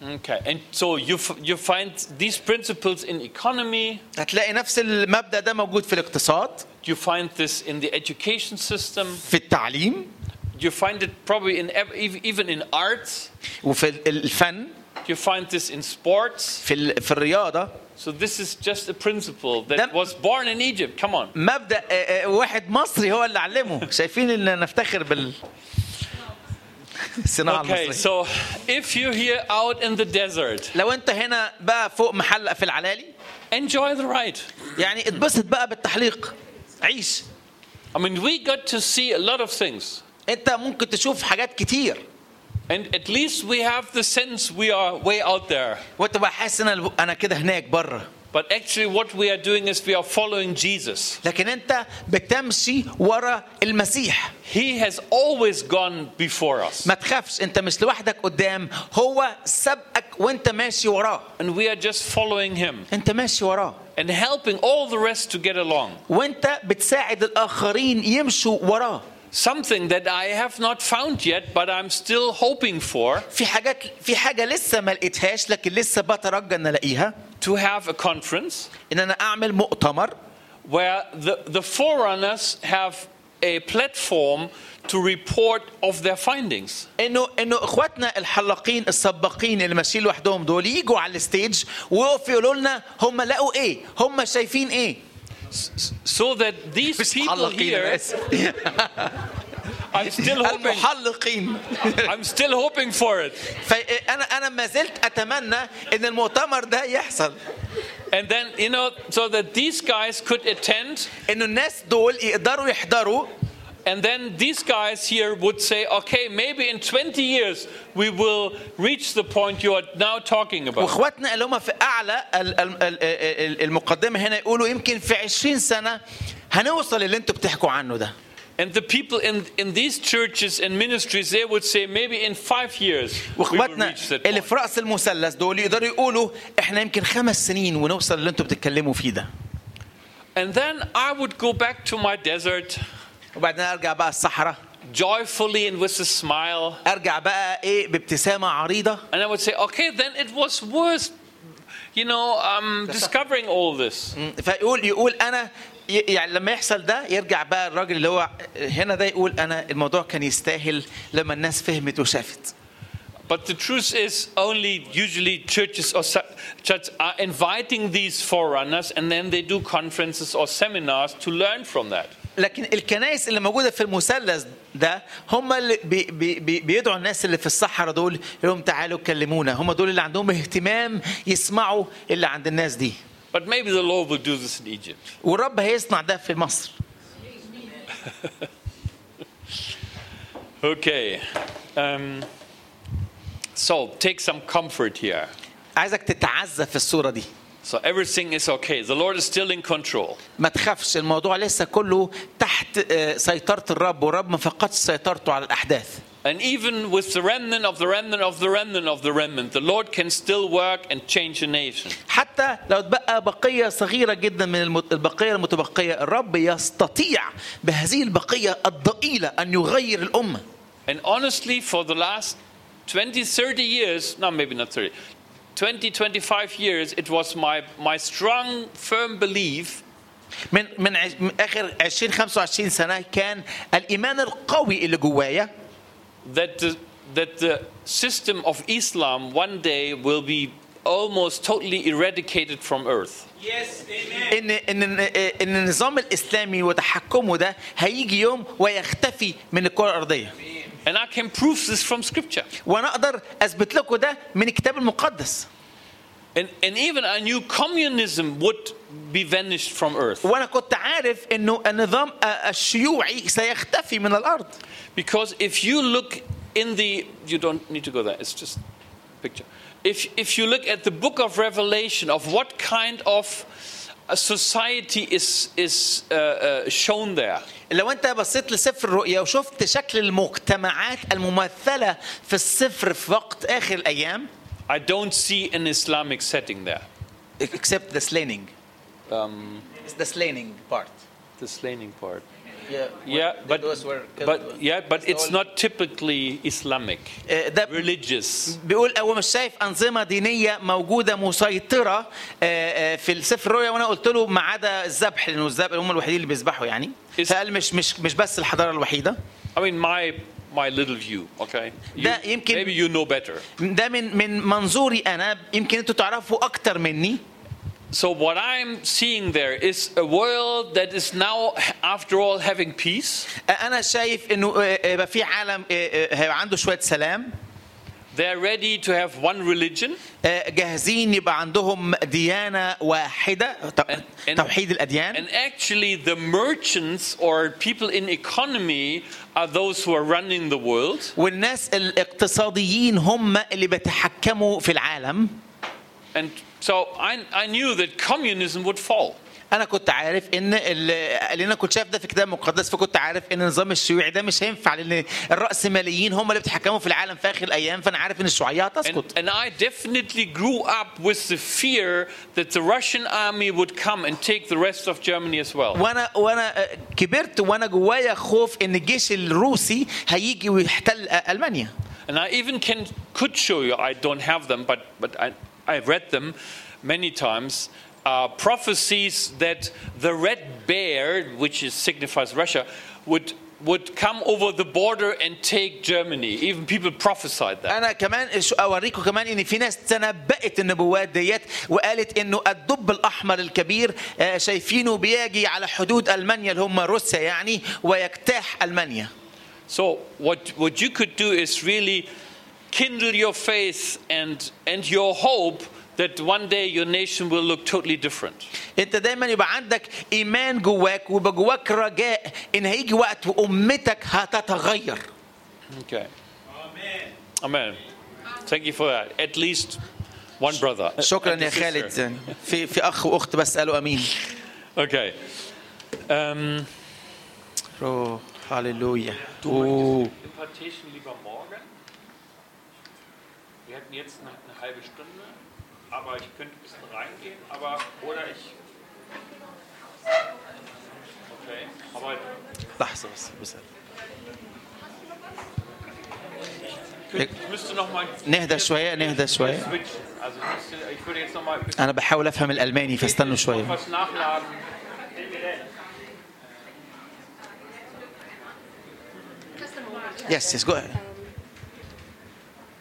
Okay, and so you, f- you find these principles in economy,
هتلاقي نفس المبدا ده موجود في الاقتصاد
you find this in the education system,
في التعليم
you find it probably in ev- ev- even in arts,
وفي ال- الفن
you find this in sports.
في ال- في الرياضه
So this is just a principle that
That-
was born in Egypt. Come on.
مبدا آه، آه، واحد مصري هو اللي علمه شايفين ان نفتخر بال الصناعه
Okay,
المصريه
so if you're here out in the desert,
لو انت هنا بقى فوق محلق في العلالي
enjoy the ride.
يعني اتبسط بقى بالتحليق عيش
I mean, we got to see a lot of things.
انت ممكن تشوف حاجات كتير
And at least we have the sense we are way out there.
وانت بقى حاسس ان انا- انا كده هناك بره
But actually, what we are doing is we are following Jesus.
لكن انت بتمشي ورا المسيح
He has always gone before us.
ما تخافش انت مش لوحدك قدام هو سبقك وانت ماشي وراه
And we are just following him
انت ماشي وراه
and helping all the rest to get along.
وانت بتساعد الاخرين يمشوا وراه
Something that I have not found yet, but I'm still hoping for
في حاجات في حاجه لسه ما لقيتهاش لكن لسه بترجى ان الاقيها
to have a conference
ان انا اعمل مؤتمر
where the, the forerunners have a platform to report of their findings.
انه انه اخواتنا الحلاقين السباقين اللي ماشيين لوحدهم دول يجوا على الستيج ويقفوا يقولوا لنا هم لقوا ايه؟ هم شايفين ايه؟
So that these
مش
people
حلاقين انا
here,
اسف
I'm still hoping,
المحلقين
I'm still hoping for it.
فانا انا ما زلت اتمنى ان المؤتمر ده يحصل
And then, you know, so that these guys could attend,
انه الناس دول يقدروا يحضروا
and then these guys here would say, okay, maybe in 20 years we will reach the point you are now talking about.
واخواتنا اللي هم في اعلى ال- ال- ال- ال- المقدمه هنا يقولوا يمكن في 20 سنه هنوصل اللي انتوا بتحكوا عنه ده
And the people in, in these churches and ministries, they would say, maybe in five years we will
واخواتنا
reach that
اللي
point.
في راس المثلث دول يقدروا يقولوا احنا يمكن خمس سنين ونوصل اللي انتوا بتتكلموا فيه ده
And then I would go back to my desert
وبعدين ارجع بقى الصحراء
joyfully and with a smile.
ارجع بقى ايه بابتسامه عريضه
And I would say, okay, then it was worth, you know, um, discovering all this.
م، فيقول يقول انا ي- يعني لما يحصل ده يرجع بقى الراجل اللي هو هنا ده يقول انا الموضوع كان يستاهل لما الناس فهمت وشافت
But the truth is, only usually churches or su- church are inviting these forerunners, and then they do conferences or seminars to learn from that.
لكن الكنائس اللي موجوده في المثلث ده هم اللي بي بي بي بيدعوا الناس اللي في الصحراء دول يقول لهم تعالوا كلمونا هم دول اللي عندهم اهتمام يسمعوا اللي عند الناس دي
But maybe the Lord will do this in Egypt.
والرب هيصنع ده في مصر
Okay. Um, so take some comfort here.
عايزك تتعزى في الصوره دي
So everything is okay. The Lord is still in control.
ما تخافش الموضوع لسه كله تحت آه، سيطرة الرب والرب ما فقدش سيطرته على الأحداث
And even with the remnant of the remnant of the remnant of the remnant, the Lord can still work and change a nation.
حتى لو اتبقى بقية صغيرة جدا من المت- البقية المتبقية الرب يستطيع بهذه البقية الضئيلة أن يغير الأمة
And honestly, for the last 20, 30 years, no, maybe not 30, 20, 25 years, it was my, my strong, firm belief
من من, عش- من آخر 20 25 سنة كان الإيمان القوي اللي جوايا
that the, that the system of Islam one day will be almost totally eradicated from earth.
إن إن إن- إن النظام الإسلامي وتحكمه ده هيجي يوم ويختفي من الكرة الأرضية
And I can prove this from scripture.
وأنا أقدر أثبت لكم ده من الكتاب المقدس
And, and even I knew communism would be vanished from earth.
وانا كنت عارف انه النظام الشيوعي سيختفي من الارض
Because if you look in the, you don't need to go there. It's just picture. If if you look at the book of Revelation of what kind of a society is is uh, uh, shown there,
لو انت بصيت لسفر الرؤيا وشفت شكل المجتمعات الممثله في السفر في وقت اخر الايام
I don't see an Islamic setting there.
except the slaying it's the slaying part
The slaying part.
yeah,
Yeah, but
those were killed.
but yeah, but
It's
it's
all-
not typically Islamic,
آه، ده
religious.
بيقول هو مش شايف انظمه دينيه موجوده مسيطره آه، آه، في السفر الرؤيا وانا قلت له ما عدا الذبح لانه الذبح هم الوحيدين اللي بيذبحوا يعني
Is-
فقال مش مش مش بس الحضاره الوحيده
I mean, my my little view. Okay, You-
That يمكن-
maybe you know better.
ده من من منظوري انا يمكن انتوا تعرفوا اكتر مني
So what I'm seeing there is a world that is now, after all, having peace.
انا آه، شايف انه آه، آه، يبقى في عالم آه، آه، هيبقى عنده شويه سلام
They're ready to have one religion,
آه، جاهزين يبقى عندهم ديانه واحده تو-
And- and-
توحيد الاديان
and actually the merchants or people in economy are those who are running the world,
والناس الاقتصاديين هم اللي بيتحكموا في العالم
and so I, I knew that communism would fall.
انا كنت عارف ان ال- اللي انا كنت شايف ده في كتاب مقدس فكنت عارف ان النظام الشيوعي ده مش هينفع لان الراسماليين هم اللي بيتحكموا في العالم في اخر الايام فانا عارف ان الشيوعيه
And,
هتسقط
and I definitely grew up with the fear that the Russian army would come and take the rest of Germany as well.
وانا وانا آه، كبرت وانا جوايا خوف ان الجيش الروسي هيجي ويحتل المانيا
And I even can could show you. I don't have them, but but I I read them many times. Uh, prophecies that the red bear, which is, signifies Russia, would would come over the border and take Germany. Even people prophesied that.
انا كمان ش- اوريكم كمان ان في ناس تنبأت النبوات ديت وقالت انه الدب الاحمر الكبير آه، شايفينه بيجي على حدود المانيا اللي هم روسيا يعني ويجتاح المانيا
So what what you could do is really kindle your faith and and your hope that one day your nation will look totally different.
انت دايما يبقى عندك ايمان جواك ويبقى جواك رجاء ان هيجي وقت وامتك هتتغير
Okay. Amen. Amen. Thank you for that. At least one brother.
شكرا
At
يا
least a
خالد
sister.
يعني في في اخ واخت بس قالوا امين
Okay. Um,
روح هللويا
Impartation lieber morgen. Wir hätten jetzt eine, eine halbe Stunde, aber ich könnte ein bisschen reingehen, aber oder ich. Okay, aber
لحظه بس بس
ich müsste noch mal
نهدى شويه نهدى شويه
switchen. Also ich, müsste, ich würde jetzt noch mal ein bisschen
انا بحاول افهم الالماني فاستنوا شويه
was nachladen.
يس يس جو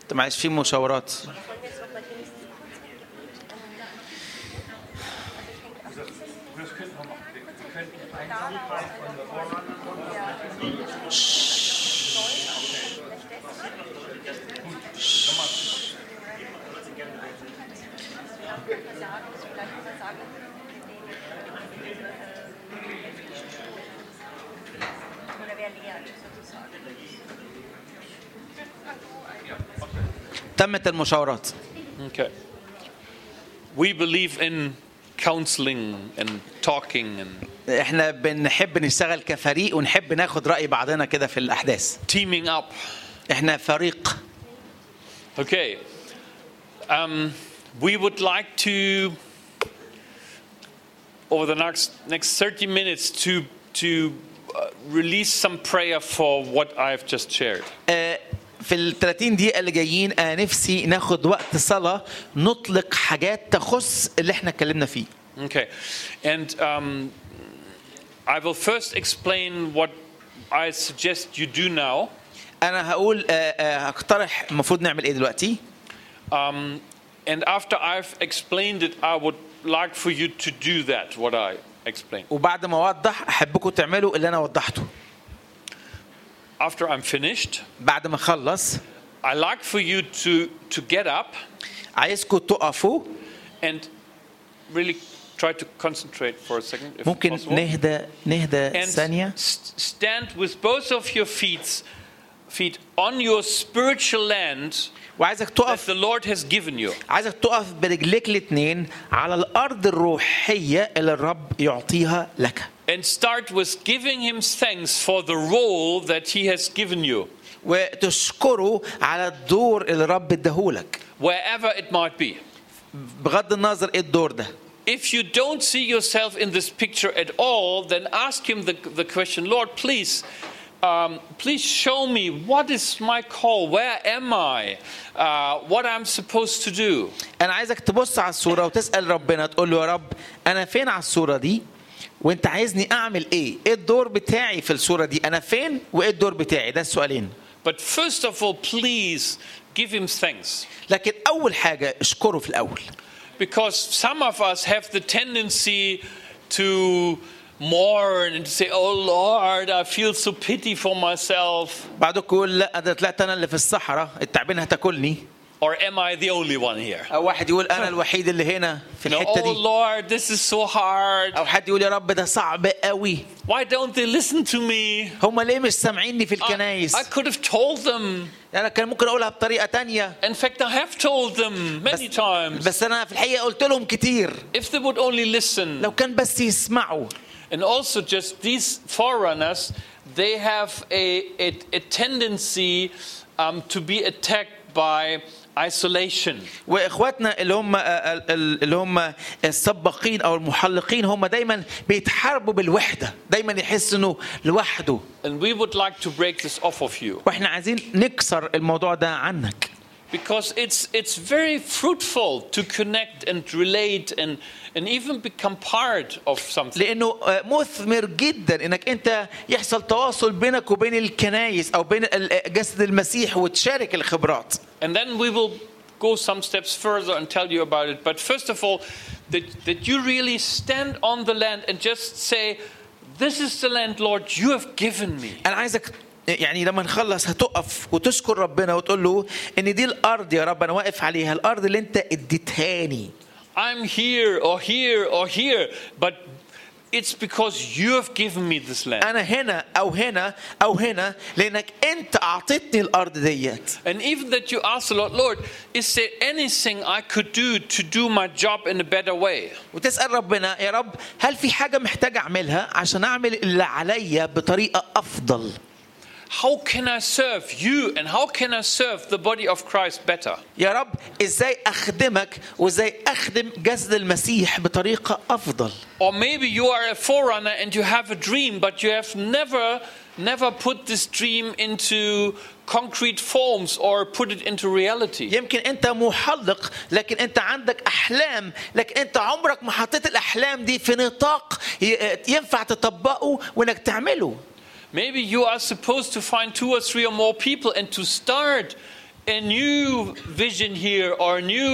طب معلش في مشاورات تمت المشاورات
Okay. We believe in counseling and talking and
احنا بنحب نشتغل كفريق ونحب ناخد راي بعضنا كده في الاحداث
teaming up.
احنا فريق
Okay. Um, we would like to, over the next next 30 minutes, to to uh, release some prayer for what I've just shared.
آه، في ال 30 دقيقه اللي جايين انا نفسي ناخد وقت صلاه نطلق حاجات تخص اللي احنا اتكلمنا فيه
Okay. And um, I will first explain what I suggest you do now.
انا هقول آه، آه، هقترح المفروض نعمل ايه دلوقتي
Um, and after I've explained it, I would like for you to do that, what I explained.
وبعد ما اوضح احبكم تعملوا اللي انا وضحته
After I'm finished,
بعد ما اخلص
I like for you to, to get up
عايزكم تقفوا
and really try to concentrate for a second. If
ممكن
possible.
نهدى نهدى
and
ثانيه
s- stand with both of your feet, feet on your spiritual land
وعايزك
that
تقف
the Lord has given you.
عايزك تقف برجليك الاتنين على الارض الروحيه اللي الرب يعطيها لك
And start with giving him thanks for the role that he has given you,
وتشكره على الدور اللي الرب اداهولك
wherever it might be.
بغض النظر ايه الدور ده
If you don't see yourself in this picture at all, then ask him the, the question Lord, please. Um, please show me what is my call. Where am I? Uh, what I'm supposed to do?
انا عايزك تبص على الصوره وتسال ربنا تقول له يا رب انا فين على الصوره دي وانت عايزني اعمل ايه ايه الدور بتاعي في الصوره دي انا فين وايه الدور بتاعي ده السؤالين
But first of all, please give him thanks.
لكن اول حاجه اشكره في الاول
Because some of us have the tendency to mourn and to say, Oh Lord, I feel so pity for myself.
بعضكم يقول لا ده طلعت انا اللي في الصحراء التعبان هتاكلني
Or am I the only one here?
او واحد يقول انا الوحيد اللي هنا في
You know,
الحته
oh
دي
Lord, this is so hard.
او حد يقول يا رب ده صعب قوي
Why don't they listen to me?
هم ليه مش سامعيني في
I,
الكنايس
I could have told them.
انا كان ممكن اقولها بطريقه تانية
In fact, I have told them many
بس,
times.
بس انا في الحقيقه قلت لهم كتير
if they would only listen.
لو كان بس يسمعوا
And also, just these forerunners, they have a, a, a tendency um, to be attacked by isolation.
واخواتنا اللي هم اللي هم السباقين او المحلقين هم دايما بيتحاربوا بالوحده دايما يحس انه لوحده
And we would like to break this off of you
واحنا عايزين نكسر الموضوع ده عنك
because it's, it's very fruitful to connect and relate and, and even become part of something.
لانه آه، مثمر جدا انك انت يحصل تواصل بينك وبين الكنايس او بين ال- آه، جسد المسيح وتشارك الخبرات
And then we will go some steps further and tell you about it. But first of all, that, that you really stand on the land and just say, This is the land, Lord, you have given me.
انا عايزك يعني لما نخلص هتقف وتشكر ربنا وتقول له ان دي الارض يا رب انا واقف عليها الارض اللي انت اديتهاني
I'm here or here or here, but it's because you have given me this land.
انا هنا او هنا او هنا لانك انت اعطيتني الارض ديت
And even that you ask the Lord, Lord, is there anything I could do to do my job in a better way?
وتسال ربنا يا رب هل في حاجه محتاج اعملها عشان اعمل اللي عليا بطريقه افضل
How can I serve you and how can I serve the body of Christ better?
يا رب ازاي اخدمك وازاي اخدم جسد المسيح بطريقه افضل
Or maybe you are a forerunner and you have a dream, but you have never, never put this dream into concrete forms or put it into reality.
يمكن انت محلق لكن انت عندك احلام لكن انت عمرك ما حطيت الاحلام دي في نطاق ي- ينفع تطبقه وانك تعمله
Maybe you are supposed to find two or three or more people and to start a new vision here or a new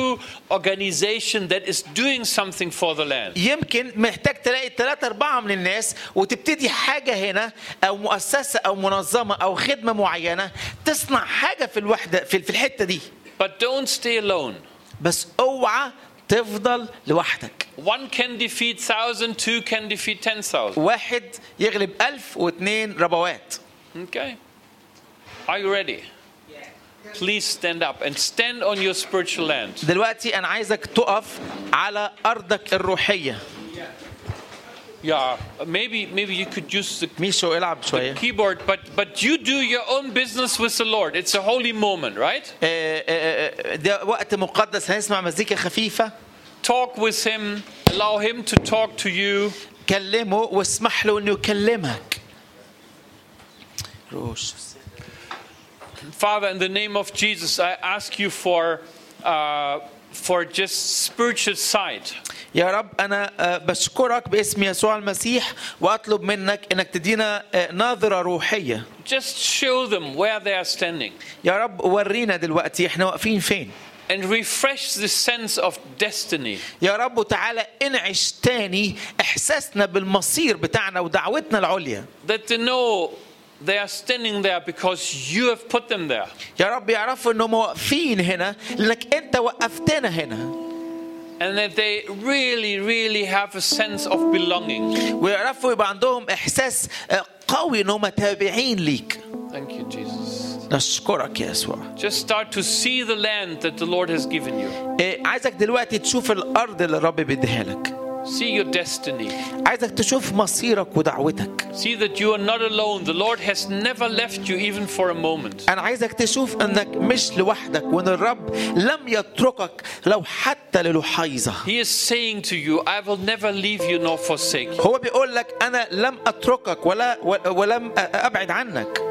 organization that is doing something for the land.
يمكن محتاج تلاقي ثلاثة أربعة من الناس وتبتدي حاجة هنا أو مؤسسة أو منظمة أو خدمة معينة تصنع حاجة في الوحدة في في الحتة دي
But don't stay alone.
بس اوعى تفضل لوحدك
One can defeat thousand, two can defeat ten thousand.
واحد يغلب ألف واثنين ربوات
Okay? Are you ready? please stand up and stand on your spiritual land.
دلوقتي انا عايزك تقف على ارضك الروحيه
Yeah, maybe maybe you could use the
ميشو العب شويه
keyboard, but but you do your own business with the Lord. It's a holy moment, right?
آه، آه، آه، ده وقت مقدس هنسمع مزيكا خفيفه
Talk with Him. Allow Him to talk to you.
كلمه واسمح له انه يكلمك روش
Father, in the name of Jesus, I ask you for uh, for just spiritual sight.
يا رب انا آه، بشكرك باسم يسوع المسيح واطلب منك انك تدينا آه، ناظره روحيه
Just show them where they are standing
يا رب ورينا دلوقتي احنا واقفين فين
and refresh the sense of destiny.
يا رب وتعالى انعش تاني احساسنا بالمصير بتاعنا ودعوتنا العليا
That they know they are standing there because you have put them there.
يا رب يعرفوا انهم واقفين هنا لانك انت وقفتنا هنا
And that they really, really have a sense of belonging.
ويعرفوا يبقى عندهم احساس آه، قوي انهم تابعين ليك
Thank you, Jesus.
نشكرك يا يسوع
Just start to see the land that the Lord has given you.
آه، عايزك دلوقتي تشوف الارض اللي الرب بيديها لك
See your destiny.
عايزك تشوف مصيرك ودعوتك
See that you are not alone. The Lord has never left you, even for a moment.
انا عايزك تشوف انك مش لوحدك وان الرب لم يتركك لو حتى للحيظه
He is saying to you, I will never leave you nor forsake you.
هو بيقول لك انا لم اتركك ولا ولم ابعد عنك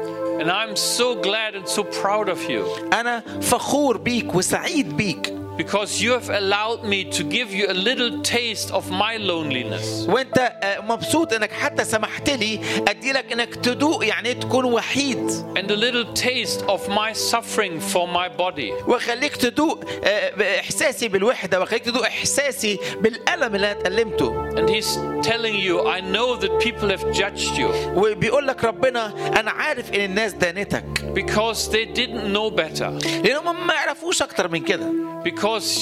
And I'm so glad and so proud of you
انا فخور بيك وسعيد بيك
because you have allowed me to give you a little taste of my loneliness.
وانت آه، مبسوط انك حتى سمحت لي ادي لك انك تدوق يعني إيه تكون وحيد
And a little taste of my suffering for my body.
واخليك تدوق آه، احساسي بالوحده واخليك تدوق احساسي بالالم اللي انا اتالمته
And He's telling you, I know that people have judged you
وبيقول لك ربنا انا عارف ان الناس دانتك
because they didn't know better.
لانهم ما يعرفوش اكتر من كده
Because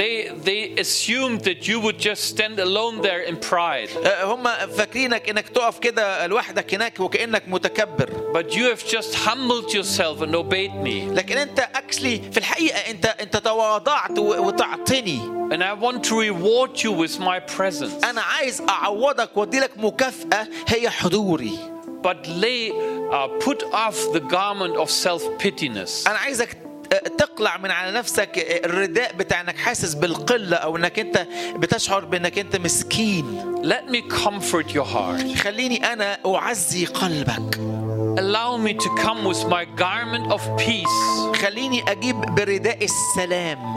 they, they assumed that you would just stand alone there in pride.
آه، هم فاكرينك انك تقف كده لوحدك هناك وكانك متكبر
But you have just humbled yourself and obeyed me.
لكن انت اكشلي في الحقيقه انت انت تواضعت و- وتعطيني
And I want to reward you with my presence.
انا عايز اعوضك وادي لك مكافاه هي حضوري
But lay, uh, put off the garment of self pityness
انا عايزك تقلع من على نفسك الرداء بتاع انك حاسس بالقله او انك انت بتشعر بانك انت مسكين
Let me comfort your heart.
خليني انا اعزي قلبك
Allow me to come with my garment of peace
خليني اجيب برداء السلام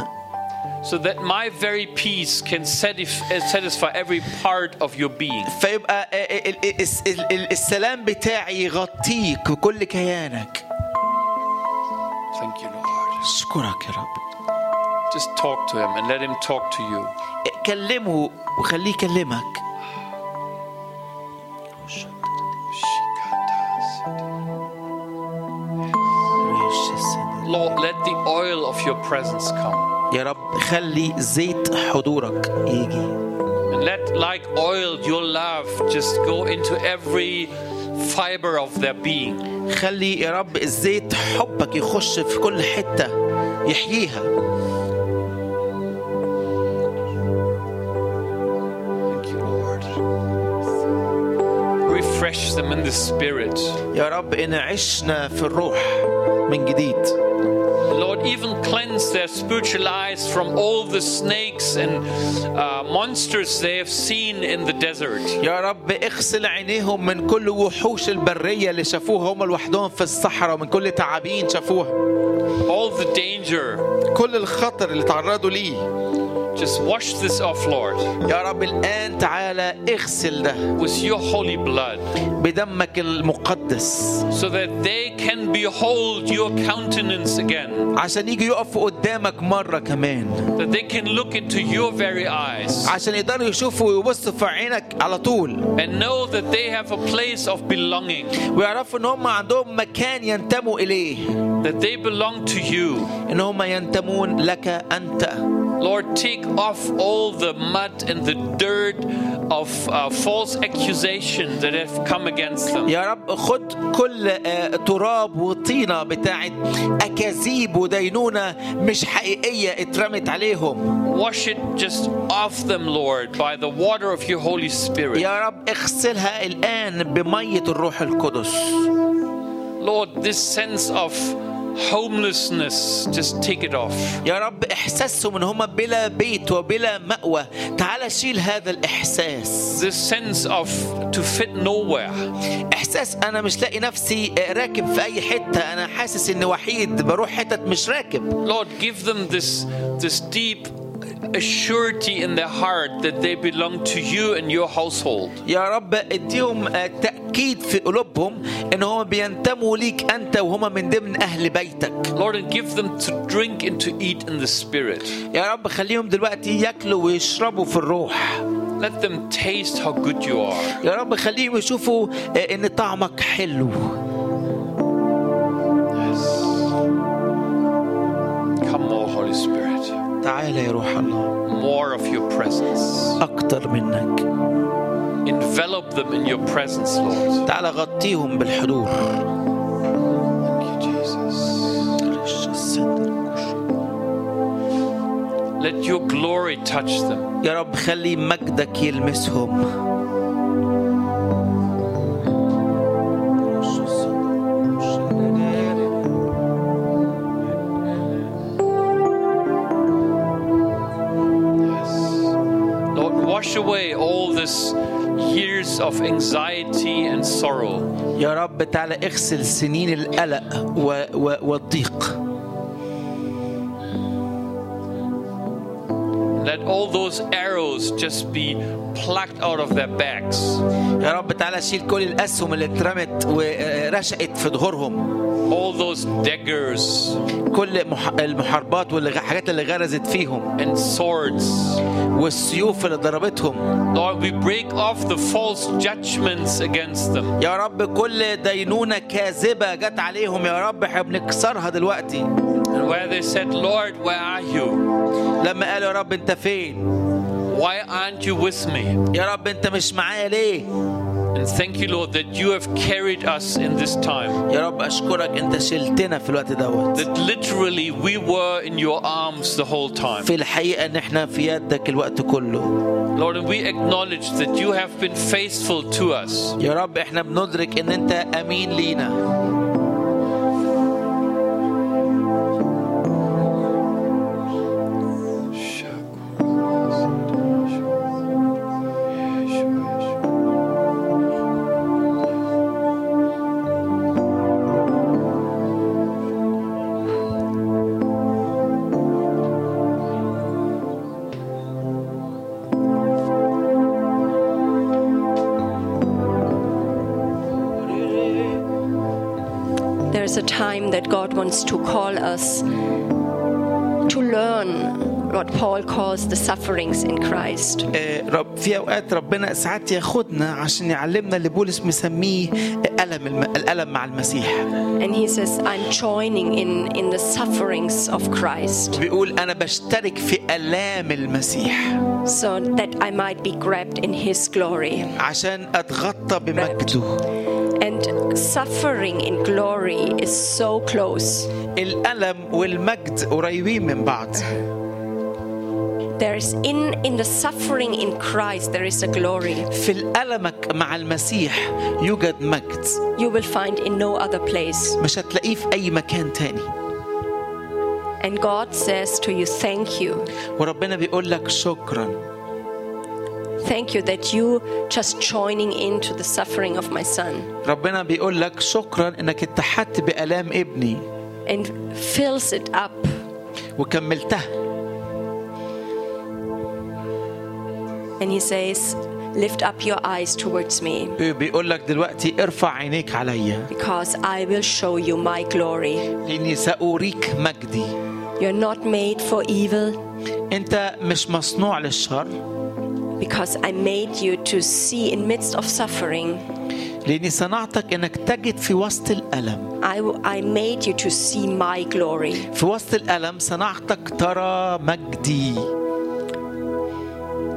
so that my very peace can satisf- uh, satisfy every part of your being.
فيبقى ال- ال- الس- ال- ال- السلام بتاعي يغطيك وكل كيانك
Thank you, Lord.
اشكرك يا رب
Just talk to Him and let Him talk to you.
كلمه وخليه يكلمك
Lord, let the oil of your presence come.
يا رب خلي زيت حضورك يجي
And let, like oil, your love just go into every fiber of their being.
خلي يا رب الزيت حبك يخش في كل حتة يحييها
Thank you, Lord. Refresh them in the spirit.
يا رب إن عشنا في الروح من جديد
Lord, even cleanse their spiritual eyes from all the snakes and uh, monsters they have seen in the desert.
يا رب اغسل عينيهم من كل وحوش البرية اللي شافوها هم لوحدهم في الصحراء ومن كل تعابين شافوها
All the danger.
كل الخطر اللي تعرضوا ليه
Just wash this off, Lord,
يا رب الآن تعالى اغسل ده
with your holy blood,
بدمك المقدس
so that they can behold your countenance again,
عشان يجي يقفوا قدامك مرة كمان
that they can look into your very eyes
عشان يقدروا يشوفوا ويبصوا في عينك على طول
and know that they have a place of belonging,
ويعرفوا ان هم عندهم مكان ينتموا اليه
that they belong to you,
ان ان هم ينتمون لك انت
Lord, take off all the mud and the dirt of uh, false accusations that have come against them.
يا رب خد كل آه، تراب وطينه بتاعت اكاذيب ودينونه مش حقيقيه اترمت عليهم
Wash it just off them, Lord, by the water of your Holy Spirit.
يا رب اغسلها الان بميه الروح القدس
Lord, this sense of homelessness, just take it off.
يا رب احساسهم ان هم بلا بيت وبلا مأوى تعال شيل هذا الاحساس
This sense of to fit nowhere.
احساس انا مش لاقي نفسي آه، راكب في اي حته انا حاسس اني وحيد بروح حتت مش راكب
Lord, give them this, this deep assurity in their heart that they belong to you and your household.
يا رب اديهم آه، تأكيد في قلوبهم ان هم بينتموا ليك انت وهم من ضمن اهل بيتك
Lord, and give them to drink and to eat in the Spirit.
يا رب خليهم دلوقتي ياكلوا ويشربوا في الروح
Let them taste how good you are.
يا رب خليهم يشوفوا آه، ان طعمك حلو
Come more, Holy Spirit.
تعال يا روح الله
More of your presence.
اكتر منك
Envelop them in your presence, Lord.
تعال غطيهم بالحضور
Thank you, Jesus. Let your glory touch them.
يا رب خلي مجدك يلمسهم
Lord, wash away all this years of anxiety and sorrow.
يا رب تعالى اغسل سنين القلق و... و... والضيق
Let all those arrows just be plucked out of their backs.
يا رب تعالى شيل كل الأسهم اللي اترمت ورشقت في ظهورهم
All those daggers
كل مح... المحاربات والحاجات اللي غرزت فيهم
and swords.
والسيوف اللي ضربتهم
Lord, we break off the false judgments against them.
يا رب كل دينونة كاذبة جت عليهم يا رب احنا بنكسرها دلوقتي
And where they said, Lord, where are you?
لما قالوا يا رب انت فين
Why aren't you with me?
يا رب انت مش معايا ليه
And thank you, Lord, that you have carried us in this time.
يا رب اشكرك انت شلتنا في الوقت دوت
That literally we were in your arms the whole time.
في الحقيقه ان احنا في يدك الوقت كله
Lord, and we acknowledge that you have been faithful to us.
يا رب احنا بندرك ان انت امين لينا
There is a time that God wants to call us to learn what Paul calls the sufferings in Christ.
آه، رب في اوقات ربنا ساعات ياخدنا عشان يعلمنا اللي بولس مسميه الم الم- الالم مع المسيح
And he says, I'm joining in, in the sufferings of Christ
بيقول انا بشترك في الام المسيح
so that I might be grabbed in his glory.
عشان اتغطى بمجده
And suffering in glory is so close.
الالم والمجد قريبين من بعض
There is in, in the suffering in Christ, there is a glory
في الألمك مع المسيح يوجد مجد
you will find in no other place.
مش هتلاقيه في أي مكان تاني
And God says to you, Thank you.
وربنا بيقول لك شكرا
Thank you that you just joining into the suffering of my son
ربنا بيقول لك شكرا انك اتحدت بآلام ابني
and fills it up.
وكملتها
And he says, Lift up your eyes towards me
بيقول لك دلوقتي ارفع عينيك عليا
because I will show you my glory.
لاني سأريك مجدي
You're not made for evil
انت مش مصنوع للشر
because I made you to see in midst of suffering
لأني صنعتك أنك تجد في وسط الألم
I, I made you to see my glory.
في وسط الألم صنعتك ترى مجدي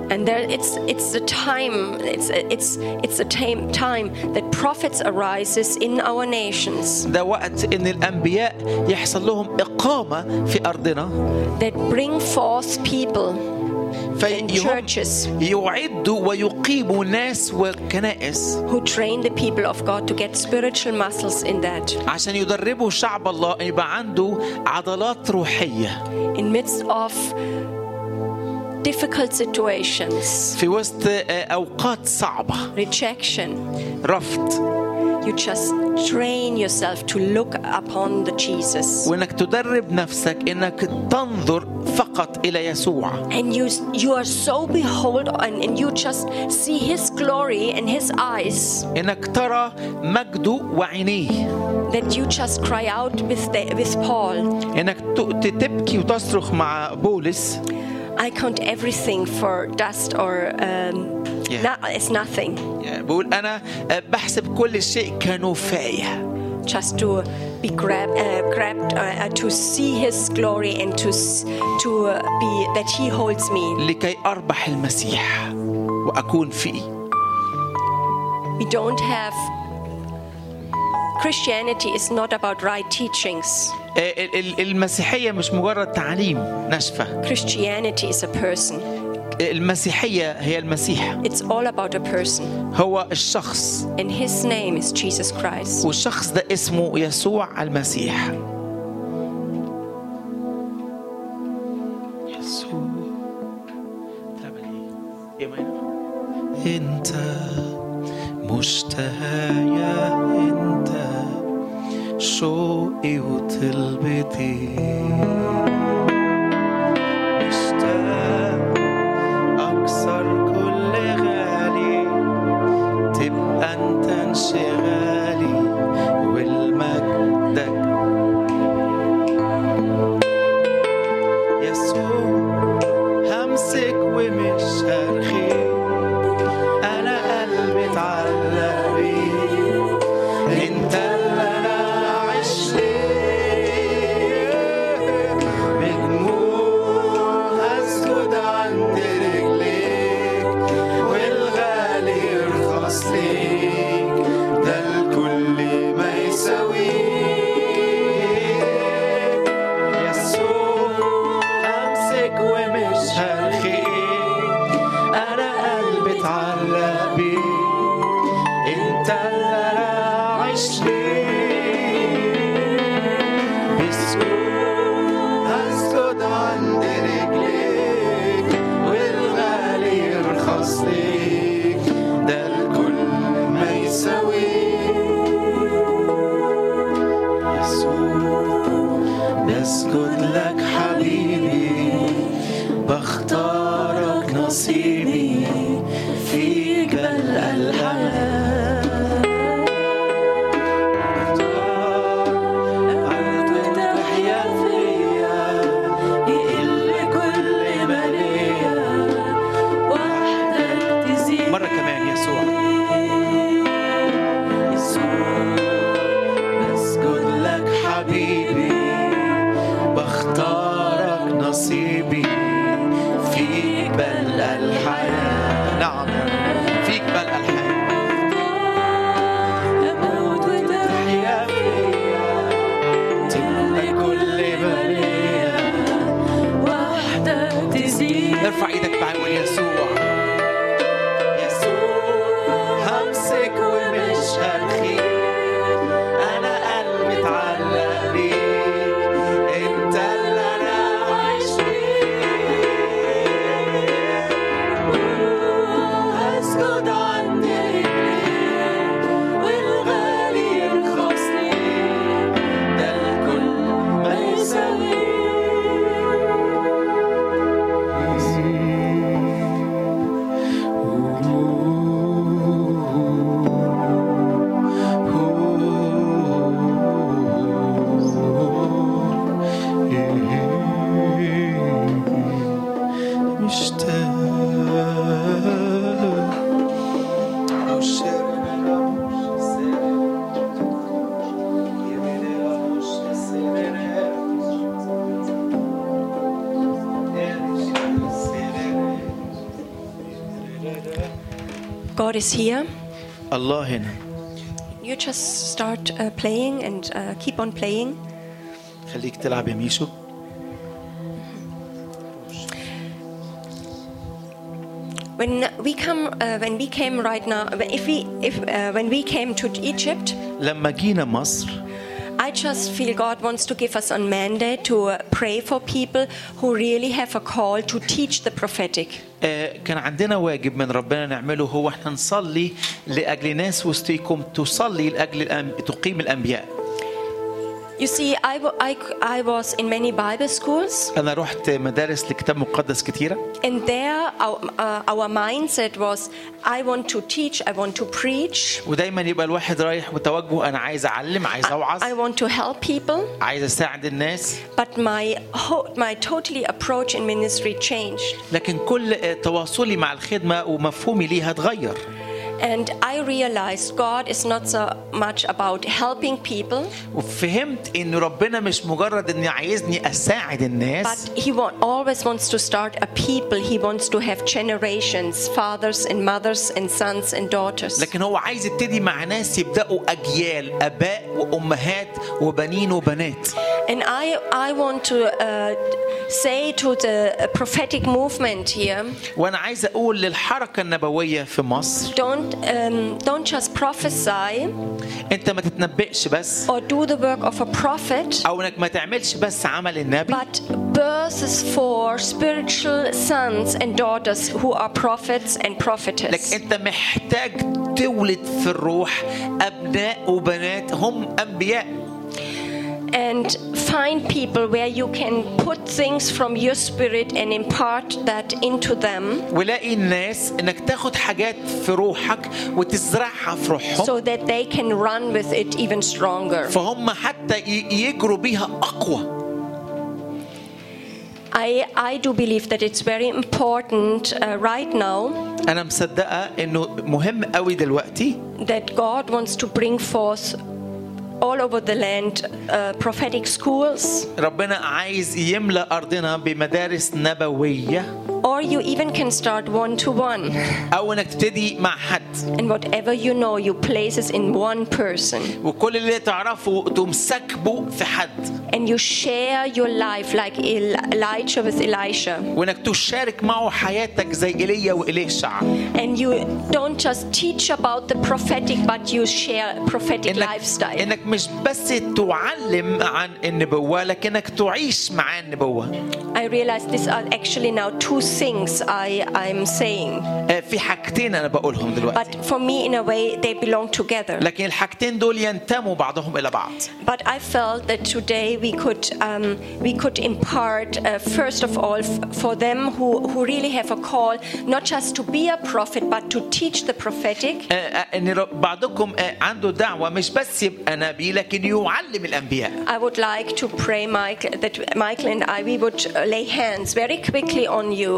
And there, it's, it's the time, it's, it's, it's the time, time that prophets arises in our nations
ده وقت ان الانبياء يحصل لهم اقامه في ارضنا
that bring forth people,
فيهم
churches.
يعدوا ويقيموا ناس وكنائس
who train the people of God to get spiritual muscles in that.
عشان يدربوا شعب الله ان يبقى عنده عضلات روحيه
In midst of difficult situations,
في وسط آه، اوقات صعبه
rejection,
رفض
you just train yourself to look upon the Jesus.
وانك تدرب نفسك انك تنظر فقط الى يسوع
And you, you are so behold and, and you just see his glory in his eyes
انك ترى مجده وعينيه
that you just cry out with, the, with Paul,
انك ت- تبكي وتصرخ مع بولس
I count everything for dust or um,
Yeah.
no- it's nothing.
يعني بقول انا بحسب كل شيء كنفايه
Just to be grab, uh, grabbed, uh, uh, to see his glory and to, s- to uh, be that he holds me.
لكي اربح المسيح واكون فيه
We don't have Christianity is not about right teachings.
آه، ال- ال- المسيحيه مش مجرد تعليم ناشفه
Christianity is a person.
المسيحيه آه، هي المسيح
It's all about a person.
هو الشخص
And his name is Jesus Christ.
والشخص ده اسمه يسوع المسيح يسوع تعمل ايه؟ يا ماينر؟ انت مشتهايا انت شوقي وطلبتي مشتاق اكثر كل غالي تبقى انت انشغالي والمجدك يسوع همسك ومش هرخي انا قلبي اتعلق بيه انت اللي انا عايش ليه مجموع هسجد عند رجليك والغالي يرخص ليك ده الكل ما يساويك يسوع امسك ومش هرخيك انا قلبي اتعلق بيك انت اللي انا عايش ليه بسجود هسجد عند رجليك والغالي يرخص ليك ده الكل ما يساويك يسوع بسجد لك حبيبي بختارك نصيبي فيك بل الحياة اختار عرض تحيا فيا يقل كل ما ليا وحدك تزيد مرة كمان يسوع بسجد لك حبيبي بختارك نصيبي فيك بل الحياة نعم فيك بل الحياة تحيا فيا تملى كل ما ليا ارفع ايدك معايا وقول يسوع يسوع همسك ومش هرخيك انا قلبي اتعلق بيك انت اللي انا عايش ليك هسجد عند رجليك والغالي يرخص ليك ده الكل ما يساويك
God is here.
الله هنا
You just start uh, playing and uh, keep on playing.
خليك تلعب يا ميشو
When we come, uh, when we came right now, if we, if uh, when we came to Egypt,
لما جينا مصر
I just feel God wants to give us a mandate to uh, pray for people who really have a call to teach the prophetic.
آه، كان عندنا واجب من ربنا نعمله هو احنا نصلي لاجل ناس وسطيكم تصلي لاجل الأن- تقيم الانبياء
You see, I wa- I c- I was in many Bible schools,
انا رحت مدارس لكتاب مقدس كتيره
and there our, uh, our mindset was, I want to teach, I want to preach,
ودايما يبقى الواحد رايح بتوجه انا عايز اعلم عايز اوعظ
I want to help people.
عايز اساعد الناس
But my ho- my totally approach in ministry changed,
لكن كل آه، تواصلي مع الخدمه ومفهومي ليها اتغير
and I realized God is not so much about helping people,
وفهمت ان ربنا مش مجرد ان عايزني اساعد
but
الناس
He wa- always wants to start a people. He wants to have generations, fathers and mothers and sons and daughters.
لكن هو عايز يبتدي مع ناس يبداوا اجيال اباء وامهات وبنين وبنات
And I I want to uh, say to the prophetic movement here,
وانا عايز اقول للحركه النبويه في مصر
don't um, don't just prophesy
انت ما تتنبئش بس
or do the work of a prophet.
او انك ما تعملش بس عمل النبي
But birth is for spiritual sons and daughters who are prophets and
لكن
prophetess.
انت محتاج تولد في الروح ابناء وبنات هم انبياء
And find people where you can put things from your spirit and impart that into them
ولاقي الناس انك تاخد حاجات في روحك وتزرعها في روحهم
so that they can run with it even stronger.
فهم حتى ي- يجروا بيها اقوى
I, I do believe that it's very important uh, right now
انا مصدقه انه مهم قوي دلوقتي
that God wants to bring forth all over the land uh, prophetic schools,
ربنا عايز يملا ارضنا بمدارس نبويه
or you even can start one to one.
او انك تبتدي مع حد
And whatever you know, you place it in one person.
وكل اللي تعرفه تمسكبه في حد
And you share your life like El- Elijah with Elisha.
وانك تشارك معه حياتك زي ايليا واليشع
And you don't just teach about the prophetic, but you share prophetic
انك
lifestyle.
انك مش بس تعلم عن النبوه لكنك تعيش مع النبوه
I realize these are actually now two things I, I'm saying.
آه، في حاجتين انا بقولهم دلوقتي
But for me, in a way, they belong together.
لكن الحاجتين دول ينتموا بعضهم الى بعض
But I felt that today we could um, we could impart uh, first of all f- for them who, who really have a call not just to be a prophet but to teach the prophetic
آه، آه، ان رب- بعضكم آه، عنده دعوه مش بس يبقى نبي لكن يعلم الانبياء
I would like to pray Michael that Michael and I we would uh, lay hands very quickly on you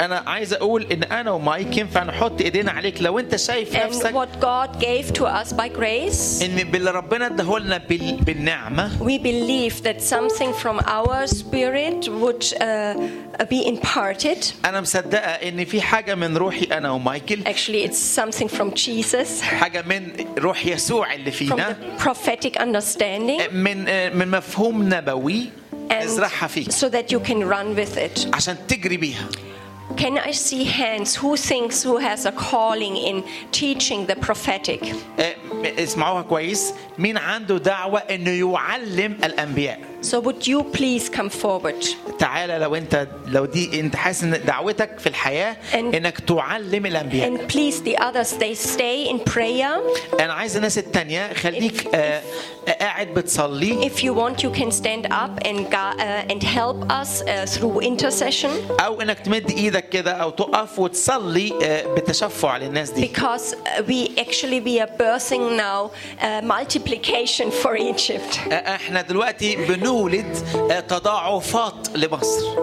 انا عايز اقول ان انا ومايك ينفع نحط ايدينا عليك لو انت شايف
and
نفسك
what God gave to us by grace
ان باللي ربنا اداهولنا بال- بالنعمه
we believe that something from our spirit would uh, be imparted
انا مصدقه ان في حاجه من روحي انا ومايكل
actually it's something from Jesus
حاجه من روح يسوع اللي
from
فينا
the prophetic understanding
من من مفهوم نبوي ازرعها فيك
so that you can run with it.
عشان تجري بيها
Can I see hands? Who thinks who has a calling in teaching the prophetic?
آه، اسمعوها كويس مين عنده دعوه انه يعلم الانبياء
So would you please come forward?
تعالى لو انت لو دي انت حاسس ان دعوتك في الحياه
And-
انك تعلم الانبياء
And please, the others, they stay in prayer.
انا عايز الناس التانية خليك آه، آه، قاعد بتصلي
If you want, you can stand up and gu- uh, and help us uh, through intercession
او انك تمد ايدك كده او تقف وتصلي آه، بتشفع للناس دي
because uh, we actually we are birthing now uh, multiplication for Egypt.
آه، احنا دلوقتي بنولد تضاعفات آه، لمصر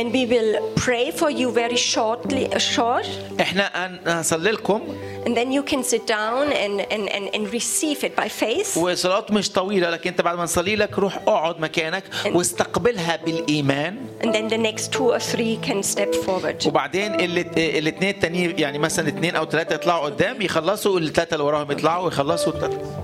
and we will pray for you very shortly, short,
احنا هن- هنصلي لكم
and then you can sit down and, and, and, and receive it by faith.
وصلاه مش طويله لكن انت بعد ما نصلي لك روح اقعد مكانك واستقبلها بالايمان
And then the next two or three can step forward.
وبعدين آه، الاثنين التانيين يعني مثلا اثنين او ثلاثه يطلعوا قدام يخلصوا الثلاثه اللي وراهم يطلعوا ويخلصوا الثلاثه